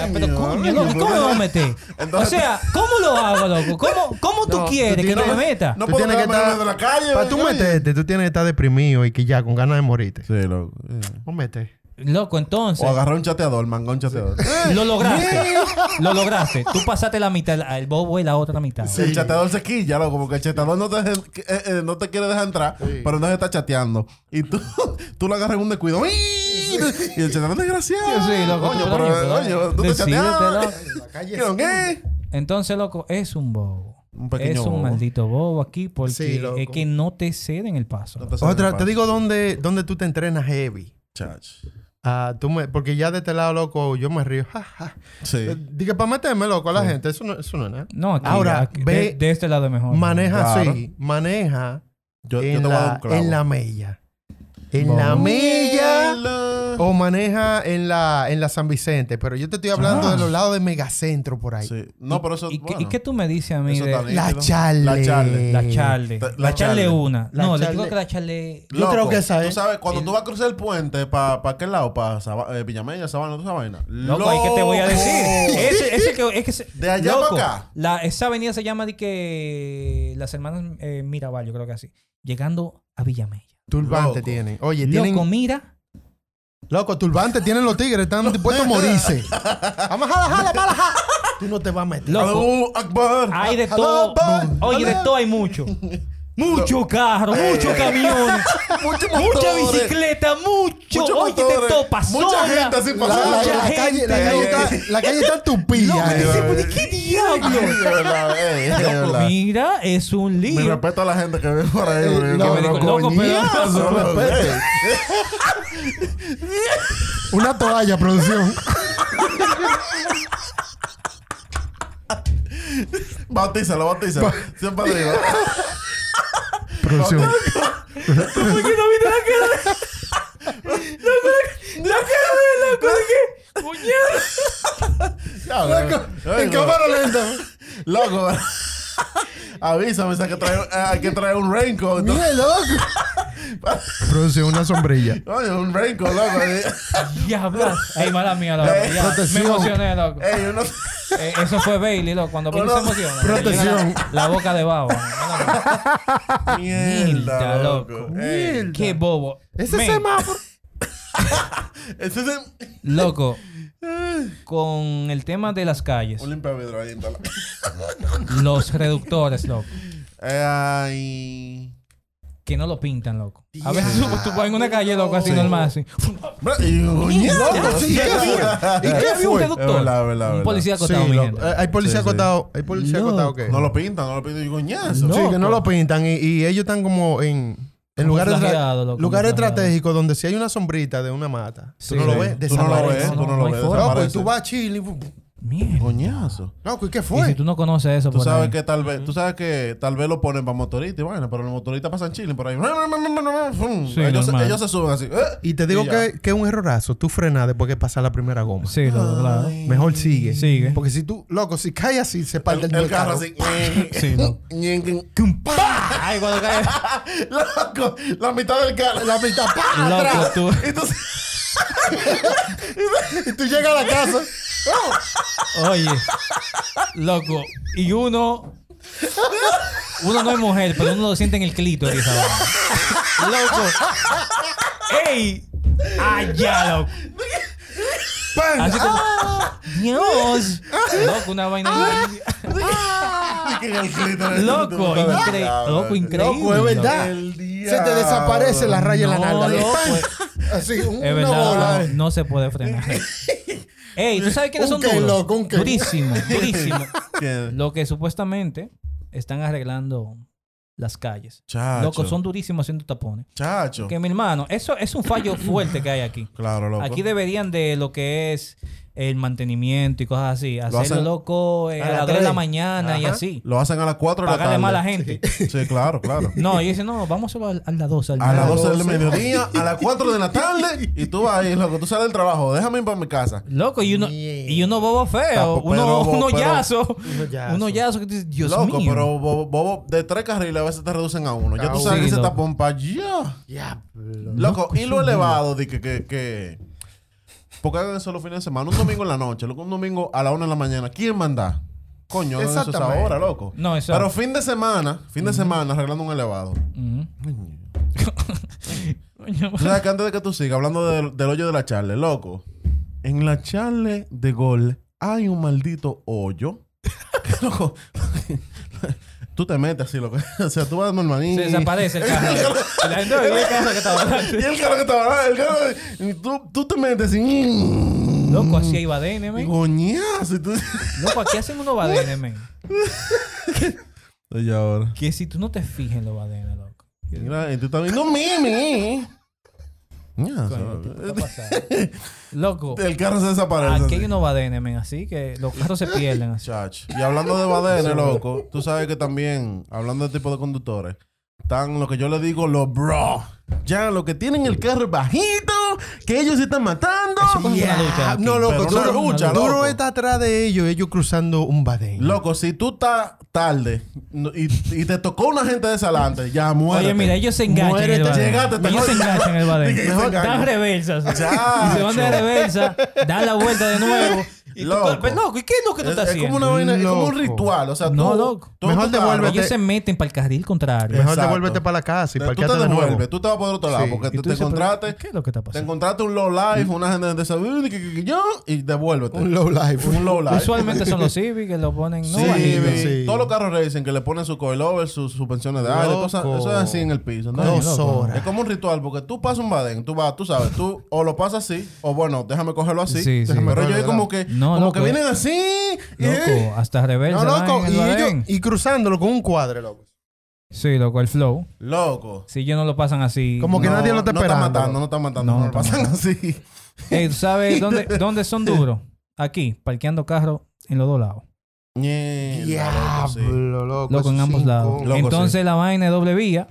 [SPEAKER 2] Ay,
[SPEAKER 1] Pero
[SPEAKER 2] Dios.
[SPEAKER 1] coño, loco, ¿cómo me voy a meter? O
[SPEAKER 2] Entonces-
[SPEAKER 1] sea, ¿cómo lo hago, loco? ¿Cómo, cómo tú
[SPEAKER 3] No, tú
[SPEAKER 1] quieres que yo
[SPEAKER 3] tienes-
[SPEAKER 1] me meta?
[SPEAKER 2] No
[SPEAKER 3] Tú
[SPEAKER 2] puedo
[SPEAKER 3] tienes que
[SPEAKER 2] quedarme en medio
[SPEAKER 3] estar-
[SPEAKER 2] de la calle.
[SPEAKER 3] Para tú
[SPEAKER 2] oye.
[SPEAKER 3] meterte, tú tienes que estar deprimido y que ya, con ganas de morirte.
[SPEAKER 2] Sí, loco. sí.
[SPEAKER 3] No mete.
[SPEAKER 1] Loco, entonces,
[SPEAKER 2] O agarrar un chateador, manga un chateador.
[SPEAKER 1] lo lograste. Lo lograste. Tú pasaste la mitad, la- el bobo y la otra mitad.
[SPEAKER 2] Si El chateador se quilla, loco, porque el chateador no te, deja- eh, eh, no te quiere dejar entrar, pero no se está chateando. Y tú, tú lo agarras en un descuido. ¡Uy! Y el chateador desgraciado.
[SPEAKER 1] Sí, loco,
[SPEAKER 2] Coño,
[SPEAKER 1] tú,
[SPEAKER 2] pero, eh,
[SPEAKER 1] pero-
[SPEAKER 2] coño, tú te
[SPEAKER 1] Decídete,
[SPEAKER 2] chateas.
[SPEAKER 1] loco.
[SPEAKER 4] La calle
[SPEAKER 2] ¿Qué?
[SPEAKER 4] es
[SPEAKER 2] ¿Qué?
[SPEAKER 1] Entonces, loco, es un bobo.
[SPEAKER 2] Un pequeño
[SPEAKER 1] es un
[SPEAKER 2] bobo.
[SPEAKER 1] maldito bobo aquí porque
[SPEAKER 3] Sí, loco.
[SPEAKER 1] es que no te ceden el paso.
[SPEAKER 2] No te sale
[SPEAKER 3] Otra,
[SPEAKER 2] el
[SPEAKER 3] te
[SPEAKER 2] paso.
[SPEAKER 3] digo dónde, dónde tú te entrenas heavy.
[SPEAKER 2] Chach.
[SPEAKER 3] Ah, tú me, porque ya de este lado, loco, yo me río. Ja, ja.
[SPEAKER 2] Sí.
[SPEAKER 3] Eh, Dije, para meterme, loco, a la gente. Eso no, eso no es nada.
[SPEAKER 1] No, aquí,
[SPEAKER 3] Ahora,
[SPEAKER 1] aquí-
[SPEAKER 3] ve-
[SPEAKER 1] de, de este lado es mejor.
[SPEAKER 3] Maneja
[SPEAKER 2] Claro.
[SPEAKER 3] así. Maneja
[SPEAKER 2] Yo, yo
[SPEAKER 3] en,
[SPEAKER 2] te voy a dar
[SPEAKER 3] la,
[SPEAKER 2] un clavo.
[SPEAKER 3] en la mella. En la mella.
[SPEAKER 1] Oh,
[SPEAKER 3] O maneja en la, en la San Vicente. Pero yo te estoy hablando
[SPEAKER 1] Ah.
[SPEAKER 3] de los lados de Megacentro por ahí.
[SPEAKER 2] Sí. No, pero eso.
[SPEAKER 1] ¿Y, qué- y
[SPEAKER 2] bueno.
[SPEAKER 1] qué tú me dices a mí
[SPEAKER 2] Eso
[SPEAKER 1] de
[SPEAKER 2] está bien.
[SPEAKER 3] La
[SPEAKER 2] Pero-
[SPEAKER 3] Charle.
[SPEAKER 2] La Charle.
[SPEAKER 1] la charle?
[SPEAKER 2] Ta-
[SPEAKER 1] La,
[SPEAKER 2] la
[SPEAKER 1] charle
[SPEAKER 2] Charle.
[SPEAKER 1] una.
[SPEAKER 3] Eh, La
[SPEAKER 1] no, le
[SPEAKER 3] Charle-
[SPEAKER 1] digo que la charle...
[SPEAKER 3] Yo creo que esa
[SPEAKER 2] Tú
[SPEAKER 3] es.
[SPEAKER 2] sabes, cuando tú vas a cruzar el puente, ¿para pa qué lado? ¿Para Villamella, Sabana, toda esa vaina?
[SPEAKER 1] Loco, ahí que te voy a decir. Eh,
[SPEAKER 2] Loco.
[SPEAKER 1] Ese, ese que, es que se-
[SPEAKER 2] De allá
[SPEAKER 1] loco,
[SPEAKER 2] para acá.
[SPEAKER 1] la- esa avenida se llama de que las hermanas eh, Mirabal, yo creo que así. Llegando a Villamella.
[SPEAKER 3] Turbante
[SPEAKER 2] Loco.
[SPEAKER 3] tienen. Oye, tienen.
[SPEAKER 1] Loco, mira.
[SPEAKER 3] Loco, turbante tienen los tigres. Están dispuestos a morirse. Vamos a jala, jala, jala, jala. Tú no te vas a meter.
[SPEAKER 1] Loco.
[SPEAKER 2] Alú, Akbar.
[SPEAKER 1] Hay de
[SPEAKER 3] Alá,
[SPEAKER 1] todo.
[SPEAKER 3] pa-
[SPEAKER 1] Oye, de
[SPEAKER 3] alá.
[SPEAKER 1] todo hay mucho. Mucho carro, mucho camión,
[SPEAKER 2] Mucho
[SPEAKER 1] mucha
[SPEAKER 2] motores.
[SPEAKER 1] bicicleta, mucho.
[SPEAKER 2] Muchos
[SPEAKER 1] Oye, te
[SPEAKER 2] motores,
[SPEAKER 1] topas
[SPEAKER 2] mucha
[SPEAKER 1] sola.
[SPEAKER 2] gente así
[SPEAKER 3] La,
[SPEAKER 2] pasando.
[SPEAKER 3] la-
[SPEAKER 1] Mucha
[SPEAKER 3] la calle, la,
[SPEAKER 1] gente,
[SPEAKER 3] calle
[SPEAKER 1] loco.
[SPEAKER 3] está, la calle está
[SPEAKER 1] Loco,
[SPEAKER 3] tupida.
[SPEAKER 1] dice,
[SPEAKER 3] eh.
[SPEAKER 1] "Pero ¿de ¿Qué diablo?
[SPEAKER 2] Sí, de verdad, eh, es
[SPEAKER 1] Loco,
[SPEAKER 2] verdad.
[SPEAKER 1] mira, es un
[SPEAKER 2] Mi
[SPEAKER 1] lío.
[SPEAKER 2] respeto a la gente que vive por
[SPEAKER 1] Eh,
[SPEAKER 2] ahí. porque
[SPEAKER 3] no,
[SPEAKER 2] yo
[SPEAKER 1] loco,
[SPEAKER 2] conozco-
[SPEAKER 1] loco, pero-
[SPEAKER 2] Coñazo,
[SPEAKER 3] No, pues,
[SPEAKER 2] eh.
[SPEAKER 3] Una toalla, producción.
[SPEAKER 2] Bautízalo, bautízalo. Siempre digo.
[SPEAKER 3] producción.
[SPEAKER 1] ¿Por qué no viste la cara de... Loco, la, la cara de loco de que... ¡Cuñado!
[SPEAKER 2] Ya, loco.
[SPEAKER 3] en cámara lenta.
[SPEAKER 2] Loco. Avísame, o sea, que trae, eh, hay que traer un raincoat.
[SPEAKER 3] Mira, loco. producción, una sombrilla.
[SPEAKER 2] Coño, un raincoat, loco. eh.
[SPEAKER 1] Diablo. Ey, mala mía, loco.
[SPEAKER 2] Eh,
[SPEAKER 1] ya. Me
[SPEAKER 3] protección.
[SPEAKER 1] emocioné, loco.
[SPEAKER 2] Ey, uno...
[SPEAKER 1] Eh, eso fue Bailey, loco. Cuando Bailey
[SPEAKER 2] Hola.
[SPEAKER 1] se emociona.
[SPEAKER 3] Protección.
[SPEAKER 1] le llega La, la boca de baba. Mierda,
[SPEAKER 2] Mierda, loco.
[SPEAKER 1] loco.
[SPEAKER 2] Ey,
[SPEAKER 1] Qué bobo.
[SPEAKER 3] Ese
[SPEAKER 1] Men,
[SPEAKER 3] semáforo.
[SPEAKER 2] Ese es el-
[SPEAKER 1] Loco. Con el tema de las calles.
[SPEAKER 2] un limpiavidrio ahí. está la-
[SPEAKER 1] Los reductores, loco.
[SPEAKER 2] Eh, Ay.
[SPEAKER 1] Que no lo pintan, loco. A veces tú, tú vas en una calle, loco, así normal, así.
[SPEAKER 2] Bra- y-
[SPEAKER 1] Mierda, sí, ¿qué fue? ¿Y qué fue? Un
[SPEAKER 2] Eh, Es
[SPEAKER 1] reductor.
[SPEAKER 2] verdad, es verdad, es
[SPEAKER 1] Un policía
[SPEAKER 3] Sí,
[SPEAKER 1] acotado, mi
[SPEAKER 3] lo-
[SPEAKER 1] gente.
[SPEAKER 3] eh, hay policía
[SPEAKER 2] Sí, sí.
[SPEAKER 3] acotado. Hay policía
[SPEAKER 1] Loco.
[SPEAKER 3] acotado que.
[SPEAKER 2] No lo pintan, no lo pintan. Y coñazo.
[SPEAKER 1] No.
[SPEAKER 3] Sí, que no
[SPEAKER 1] Loco.
[SPEAKER 3] lo pintan y, y ellos están como en, en lugares,
[SPEAKER 1] Camuflajeado,
[SPEAKER 3] tra-
[SPEAKER 1] loco,
[SPEAKER 3] lugares
[SPEAKER 1] camuflajeado.
[SPEAKER 3] estratégicos donde si hay una sombrita de una mata,
[SPEAKER 1] Sí.
[SPEAKER 3] tú no
[SPEAKER 1] Sí.
[SPEAKER 3] lo ves,
[SPEAKER 2] Tú no lo ves,
[SPEAKER 3] desaparece.
[SPEAKER 2] tú no lo
[SPEAKER 1] No, no hay
[SPEAKER 2] ves.
[SPEAKER 1] forma.
[SPEAKER 3] Loco, y
[SPEAKER 2] desaparece.
[SPEAKER 3] pues tú vas a Chile y... fu-
[SPEAKER 1] Mierda.
[SPEAKER 2] Coñazo.
[SPEAKER 3] Loco, ¿y qué
[SPEAKER 1] Y
[SPEAKER 3] fue?
[SPEAKER 1] si tú no conoces eso,
[SPEAKER 2] Tú
[SPEAKER 1] por
[SPEAKER 2] sabes
[SPEAKER 1] ahí.
[SPEAKER 2] que tal vez, tú sabes que tal vez lo ponen para motorista y vaina, pero los motoristas pasan chile por ahí.
[SPEAKER 1] Sí,
[SPEAKER 2] ellos,
[SPEAKER 1] normal.
[SPEAKER 2] ellos se suben así. ¡eh!
[SPEAKER 3] Y te digo
[SPEAKER 2] ya.
[SPEAKER 3] que que es un errorazo. Tú frenas después que pasa la primera goma.
[SPEAKER 1] Sí, loco, claro.
[SPEAKER 3] Mejor sigue.
[SPEAKER 1] Sigue.
[SPEAKER 3] Porque si tú, loco, si caes así, se parte
[SPEAKER 2] el,
[SPEAKER 3] el,
[SPEAKER 2] el carro así.
[SPEAKER 1] Sí, loco. Ay, cuando cae.
[SPEAKER 2] Loco, la mitad del carro.
[SPEAKER 3] La mitad, ¡pa!
[SPEAKER 1] Loco, tú.
[SPEAKER 2] Entonces,
[SPEAKER 3] Y tú llegas a la casa.
[SPEAKER 1] Oye. Loco. Y uno. Uno no es mujer, pero uno lo siente en el clítoris. ¿sabes? Loco. ¡Ey! ¡Allá, loco!
[SPEAKER 3] ¡Pam! Ah,
[SPEAKER 1] Así como. ¡Dios! Loco, una vaina.
[SPEAKER 3] Ah.
[SPEAKER 2] y que en el clítoris.
[SPEAKER 1] Loco, incre- loco, increíble.
[SPEAKER 3] Loco, es verdad.
[SPEAKER 2] El
[SPEAKER 3] Se te
[SPEAKER 2] diablo.
[SPEAKER 3] desaparece la raya en la
[SPEAKER 1] No,
[SPEAKER 3] nalga.
[SPEAKER 1] loco, pues. Eh,
[SPEAKER 3] ¡Pam!
[SPEAKER 1] es-
[SPEAKER 3] Así, un-
[SPEAKER 1] Es
[SPEAKER 3] una
[SPEAKER 1] verdad,
[SPEAKER 3] bola.
[SPEAKER 1] no, no se puede frenar. Ey, ¿tú sabes quiénes
[SPEAKER 3] Un
[SPEAKER 1] son
[SPEAKER 3] que
[SPEAKER 1] duros?
[SPEAKER 3] loco, un que-
[SPEAKER 1] Durísimo, durísimo.
[SPEAKER 2] Que-
[SPEAKER 1] Lo que supuestamente están arreglando las calles.
[SPEAKER 2] Chacho.
[SPEAKER 1] Loco, son durísimos haciendo tapones.
[SPEAKER 2] Chacho.
[SPEAKER 1] Que mi hermano, eso es un fallo fuerte que hay aquí.
[SPEAKER 2] Claro, loco.
[SPEAKER 1] Aquí deberían de lo que es el mantenimiento y cosas así. Hacerlo
[SPEAKER 2] hacen-
[SPEAKER 1] loco eh,
[SPEAKER 3] A
[SPEAKER 1] a
[SPEAKER 3] las
[SPEAKER 1] las 3 de la
[SPEAKER 3] tres.
[SPEAKER 1] mañana y
[SPEAKER 3] Ajá.
[SPEAKER 1] así.
[SPEAKER 2] Lo hacen a las 4 de la
[SPEAKER 1] Pagarle
[SPEAKER 2] tarde.
[SPEAKER 1] mal a la gente.
[SPEAKER 2] Sí, claro, claro.
[SPEAKER 1] No, y dicen, no, vamos solo a, a las 12. al
[SPEAKER 2] A las
[SPEAKER 1] mediodía".
[SPEAKER 2] 12 del
[SPEAKER 3] doce.
[SPEAKER 2] mediodía, a las 4 de la tarde, y tú vas ahí, loco, tú sales del trabajo, déjame ir para mi casa.
[SPEAKER 1] Loco, y uno,
[SPEAKER 3] Mierda.
[SPEAKER 1] y uno bobo feo,
[SPEAKER 2] Tapo, pero
[SPEAKER 1] uno,
[SPEAKER 2] bo-
[SPEAKER 1] uno
[SPEAKER 2] pero-
[SPEAKER 1] yazo,
[SPEAKER 3] Uno yazo.
[SPEAKER 1] uno yazo que tú dices, Dios
[SPEAKER 2] loco,
[SPEAKER 1] mío.
[SPEAKER 2] pero bobo, bobo- de tres carriles a veces te reducen a uno. Ya tú
[SPEAKER 3] Sí,
[SPEAKER 2] sabes que ese
[SPEAKER 1] loco.
[SPEAKER 2] tapón para allá.
[SPEAKER 3] Diablo.
[SPEAKER 2] Loco,
[SPEAKER 1] Loco,
[SPEAKER 2] y lo
[SPEAKER 1] sí,
[SPEAKER 2] elevado, de que, que, que. Porque hagan eso los fines de semana, un domingo en la noche, loco, un domingo a la 1 de la mañana. ¿Quién manda? Coño, hagan eso
[SPEAKER 3] Exactamente.
[SPEAKER 2] ahora, loco.
[SPEAKER 1] No, eso-
[SPEAKER 2] Pero fin de semana, fin de semana arreglando un elevado.
[SPEAKER 1] Ujú. Coño,
[SPEAKER 2] Tú sabes que antes de que tú sigas hablando del, del hoyo de la charle, loco. En la charle de gol hay un maldito hoyo. Que, loco. tú te metes así, loco. O sea, tú vas normal.
[SPEAKER 1] se desaparece el carro. Y la gente veía el carro que estaba
[SPEAKER 2] Y
[SPEAKER 1] adelante.
[SPEAKER 2] el carro que estaba. El carro, y tú, tú te metes así.
[SPEAKER 1] Loco, así hay badenes,
[SPEAKER 2] Y
[SPEAKER 1] men.
[SPEAKER 2] coñazo. Y tú.
[SPEAKER 1] Loco, aquí hacen unos badenes, men.
[SPEAKER 2] Oye, ahora.
[SPEAKER 1] Que si tú no te fijas en los badenes, loco.
[SPEAKER 2] Mira, y tú estás viendo mimi. Coñazo.
[SPEAKER 1] Coño, ¿qué te está pasando? Loco,
[SPEAKER 2] El carro se desaparece.
[SPEAKER 1] aquí
[SPEAKER 2] así.
[SPEAKER 1] hay unos badenes, men. Así que los carros se pierden. Así.
[SPEAKER 2] Chacho. Y hablando de badenes, loco, tú sabes que también, hablando de tipo de conductores, están lo que yo le digo, los bro. Ya, lo que tienen el carro es bajito, que ellos se están matando.
[SPEAKER 1] Eso como una lucha aquí.
[SPEAKER 3] No, loco,
[SPEAKER 2] Pero una
[SPEAKER 3] duro,
[SPEAKER 2] lucha,
[SPEAKER 3] duro
[SPEAKER 2] loco.
[SPEAKER 3] está atrás de ellos, ellos cruzando un badén.
[SPEAKER 2] Loco, si tú estás tarde no- y, y te tocó una gente de salante, ya muérete.
[SPEAKER 1] Oye, mira, ellos se enganchan en el
[SPEAKER 2] Muérete,
[SPEAKER 1] baden.
[SPEAKER 2] llegaste, te
[SPEAKER 1] Ellos se
[SPEAKER 2] acuerdas.
[SPEAKER 1] enganchan en el baden.
[SPEAKER 2] Dije, se
[SPEAKER 1] Mejor
[SPEAKER 2] enganchan.
[SPEAKER 1] dan reversas.
[SPEAKER 2] Chacho.
[SPEAKER 1] Y se van de reversa, dan la vuelta de nuevo Y tú,
[SPEAKER 2] Loco.
[SPEAKER 1] pero, loco, ¿y qué es lo que tú
[SPEAKER 2] Es,
[SPEAKER 1] estás
[SPEAKER 2] es como
[SPEAKER 1] haciendo?
[SPEAKER 2] una vaina, es como un
[SPEAKER 3] Loco.
[SPEAKER 2] ritual. O sea, tú,
[SPEAKER 1] No, loco.
[SPEAKER 2] tú-
[SPEAKER 3] Mejor
[SPEAKER 2] tú te
[SPEAKER 3] devuélvete.
[SPEAKER 2] abres,
[SPEAKER 1] Ellos se meten para el carril contrario.
[SPEAKER 3] Mejor
[SPEAKER 2] Exacto.
[SPEAKER 3] devuélvete para la casa y
[SPEAKER 2] Tú te
[SPEAKER 3] parqueate de nuevo.
[SPEAKER 2] devuelves, tú te vas por otro lado
[SPEAKER 3] Sí.
[SPEAKER 2] porque
[SPEAKER 1] Y
[SPEAKER 2] tú
[SPEAKER 1] tú
[SPEAKER 2] te
[SPEAKER 1] dices, pero,
[SPEAKER 2] encontraste,
[SPEAKER 1] ¿Qué es lo que está
[SPEAKER 2] te
[SPEAKER 1] pasando?
[SPEAKER 2] encontraste un low life, una gente de esa que- que- que- yo, y devuélvete.
[SPEAKER 3] Un low life.
[SPEAKER 2] Un low life.
[SPEAKER 1] Usualmente son los Civic que lo ponen. No,
[SPEAKER 2] sí,
[SPEAKER 1] Vanilla.
[SPEAKER 2] vi.
[SPEAKER 3] sí.
[SPEAKER 2] Todos los carros racing que le ponen su coilover, sus suspensiones de aire,
[SPEAKER 3] Loco.
[SPEAKER 2] cosas, eso es así en el piso. ¿no?
[SPEAKER 1] Coño,
[SPEAKER 3] Dos
[SPEAKER 1] loco.
[SPEAKER 2] Es
[SPEAKER 3] horas.
[SPEAKER 2] como un ritual, porque tú pasas un badén, tú vas, tú sabes, tú o lo pasas así, o bueno, déjame cogerlo así.
[SPEAKER 1] Sí, sí.
[SPEAKER 2] Pero
[SPEAKER 3] Déjame
[SPEAKER 2] ellos
[SPEAKER 3] cogerlo,
[SPEAKER 2] como que,
[SPEAKER 1] No,
[SPEAKER 2] como
[SPEAKER 1] loco,
[SPEAKER 2] que vienen
[SPEAKER 1] eh.
[SPEAKER 2] así. y-
[SPEAKER 1] Loco, hasta reversa.
[SPEAKER 3] No, loco.
[SPEAKER 1] van en el
[SPEAKER 3] Y, ellos-
[SPEAKER 1] badén.
[SPEAKER 3] y cruzándolo con un cuadre, loco.
[SPEAKER 1] Sí, loco, el flow.
[SPEAKER 2] Loco.
[SPEAKER 1] Si ellos no lo pasan así.
[SPEAKER 3] Como que
[SPEAKER 2] No,
[SPEAKER 3] nadie lo está esperando.
[SPEAKER 2] No está matando, no está matando,
[SPEAKER 1] No,
[SPEAKER 2] no,
[SPEAKER 1] no
[SPEAKER 2] lo
[SPEAKER 1] está
[SPEAKER 2] pasan así.
[SPEAKER 1] Eh, ¿tú ¿Sabes dónde, dónde son duros? Aquí, parqueando carros en los dos lados.
[SPEAKER 2] Mierda, loco, sí.
[SPEAKER 3] Diablo, loco.
[SPEAKER 1] Loco, en
[SPEAKER 3] eso
[SPEAKER 1] ambos
[SPEAKER 3] sí,
[SPEAKER 1] lados.
[SPEAKER 3] con-
[SPEAKER 2] Loco,
[SPEAKER 1] Entonces la vaina es doble vía.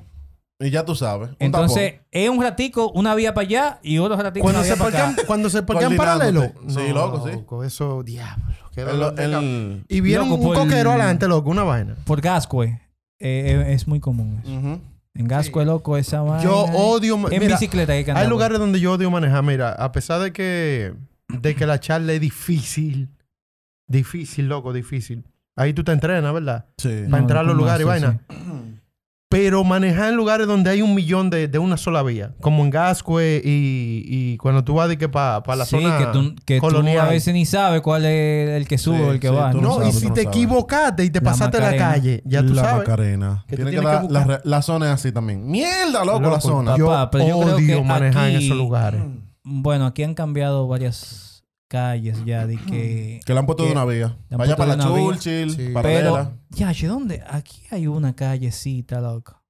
[SPEAKER 2] Y ya tú sabes. un
[SPEAKER 1] Entonces es un ratico, una vía para allá y otro ratico, una
[SPEAKER 3] Cuando se
[SPEAKER 1] vía para
[SPEAKER 3] parquean,
[SPEAKER 1] acá.
[SPEAKER 3] cuando se parquean
[SPEAKER 2] Coordinándote.
[SPEAKER 3] paralelo.
[SPEAKER 2] Sí, loco, sí.
[SPEAKER 3] Eso, diablo. qué dolor
[SPEAKER 2] tapón.
[SPEAKER 3] de
[SPEAKER 2] El-
[SPEAKER 3] cabeza.
[SPEAKER 2] el-
[SPEAKER 3] Y viene
[SPEAKER 1] Loco,
[SPEAKER 3] un
[SPEAKER 1] por el-
[SPEAKER 3] coquero adelante, loco, una vaina.
[SPEAKER 1] Por Gascue. eh, eh, es muy común. eso.
[SPEAKER 2] Ujú.
[SPEAKER 1] En Gascue, loco, esa vaina.
[SPEAKER 3] Yo
[SPEAKER 1] es-
[SPEAKER 3] odio. ma-
[SPEAKER 1] En
[SPEAKER 3] mira,
[SPEAKER 1] bicicleta hay que andar.
[SPEAKER 3] hay lugares donde yo odio manejar. Mira, a pesar de que, de que la charla es difícil, difícil, loco, difícil. Ahí tú te entrenas, ¿verdad?
[SPEAKER 2] Sí.
[SPEAKER 1] No,
[SPEAKER 3] Para entrar a los
[SPEAKER 1] ¿cómo
[SPEAKER 3] lugares y
[SPEAKER 1] hace?
[SPEAKER 3] vaina. Pero manejar en lugares donde hay un millón de, de una sola vía, como en Gascue y, y cuando tú vas de que para la
[SPEAKER 1] sí,
[SPEAKER 3] zona
[SPEAKER 1] que tú, que tú
[SPEAKER 3] colonial.
[SPEAKER 1] a veces ni sabes cuál es el que sube
[SPEAKER 2] Sí,
[SPEAKER 1] o el que
[SPEAKER 2] sí,
[SPEAKER 1] va.
[SPEAKER 2] tú
[SPEAKER 3] No,
[SPEAKER 2] no
[SPEAKER 3] y
[SPEAKER 2] sabes,
[SPEAKER 3] si
[SPEAKER 2] no
[SPEAKER 3] te
[SPEAKER 2] sabes.
[SPEAKER 3] equivocaste y te
[SPEAKER 1] La
[SPEAKER 3] pasaste la
[SPEAKER 1] Macarena.
[SPEAKER 3] calle, ya tú
[SPEAKER 2] la
[SPEAKER 3] sabes.
[SPEAKER 2] Macarena.
[SPEAKER 3] Que tú
[SPEAKER 2] Tiene que
[SPEAKER 3] tienes que
[SPEAKER 2] la, la,
[SPEAKER 3] buscar.
[SPEAKER 2] re- la zona es así también. Mierda, loco, la
[SPEAKER 3] Loco,
[SPEAKER 2] zona.
[SPEAKER 3] Yo
[SPEAKER 1] Papá, pero yo creo
[SPEAKER 3] odio
[SPEAKER 1] que
[SPEAKER 3] manejar en
[SPEAKER 1] aquí-
[SPEAKER 3] esos lugares.
[SPEAKER 1] Bueno, aquí han cambiado varias calles ya de que...
[SPEAKER 2] que la han puesto de
[SPEAKER 1] que-
[SPEAKER 2] una vía.
[SPEAKER 1] han
[SPEAKER 2] Vaya
[SPEAKER 1] puesto
[SPEAKER 2] para
[SPEAKER 1] de
[SPEAKER 2] la
[SPEAKER 1] una vía.
[SPEAKER 2] Churchill,
[SPEAKER 3] Sí.
[SPEAKER 2] para
[SPEAKER 1] Pero, ya, ¿de ¿dónde? Aquí hay una callecita, loco.